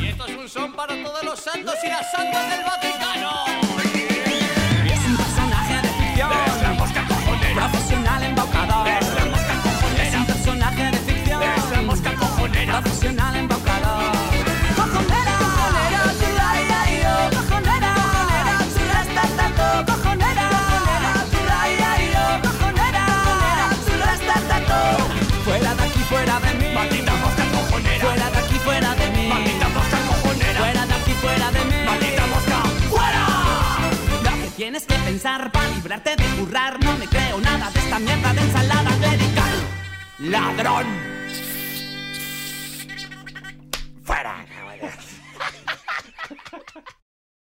I: Y esto es un son para todos los santos y las santas del Vaticano. Y es un personaje de ficción. Es la mosca cojonera. Profesional embaucador. Es la mosca cojonera. Es un personaje de ficción. Es la mosca cojonera. Profesional embaucador. Cojonera. Cojonera, chula, ay, ay, oh. Cojonera. Cojonera, chula, estás tanto. oh. Cojonera. Cojonera, chula, ay, ay, oh. Cojonera. Cojonera, chula, estás tanto. Fuera de aquí, fuera de mí. Maldita mosca cojonera. Fuera de aquí, fuera de mí. Maldita mosca cojonera. Fuera de aquí, fuera de mí. Maldita mosca. ¡Fuera! Lo que tienes que pensar para librarte de currar. No me creo nada de esta mierda de ensalada clerical. ¡Ladrón!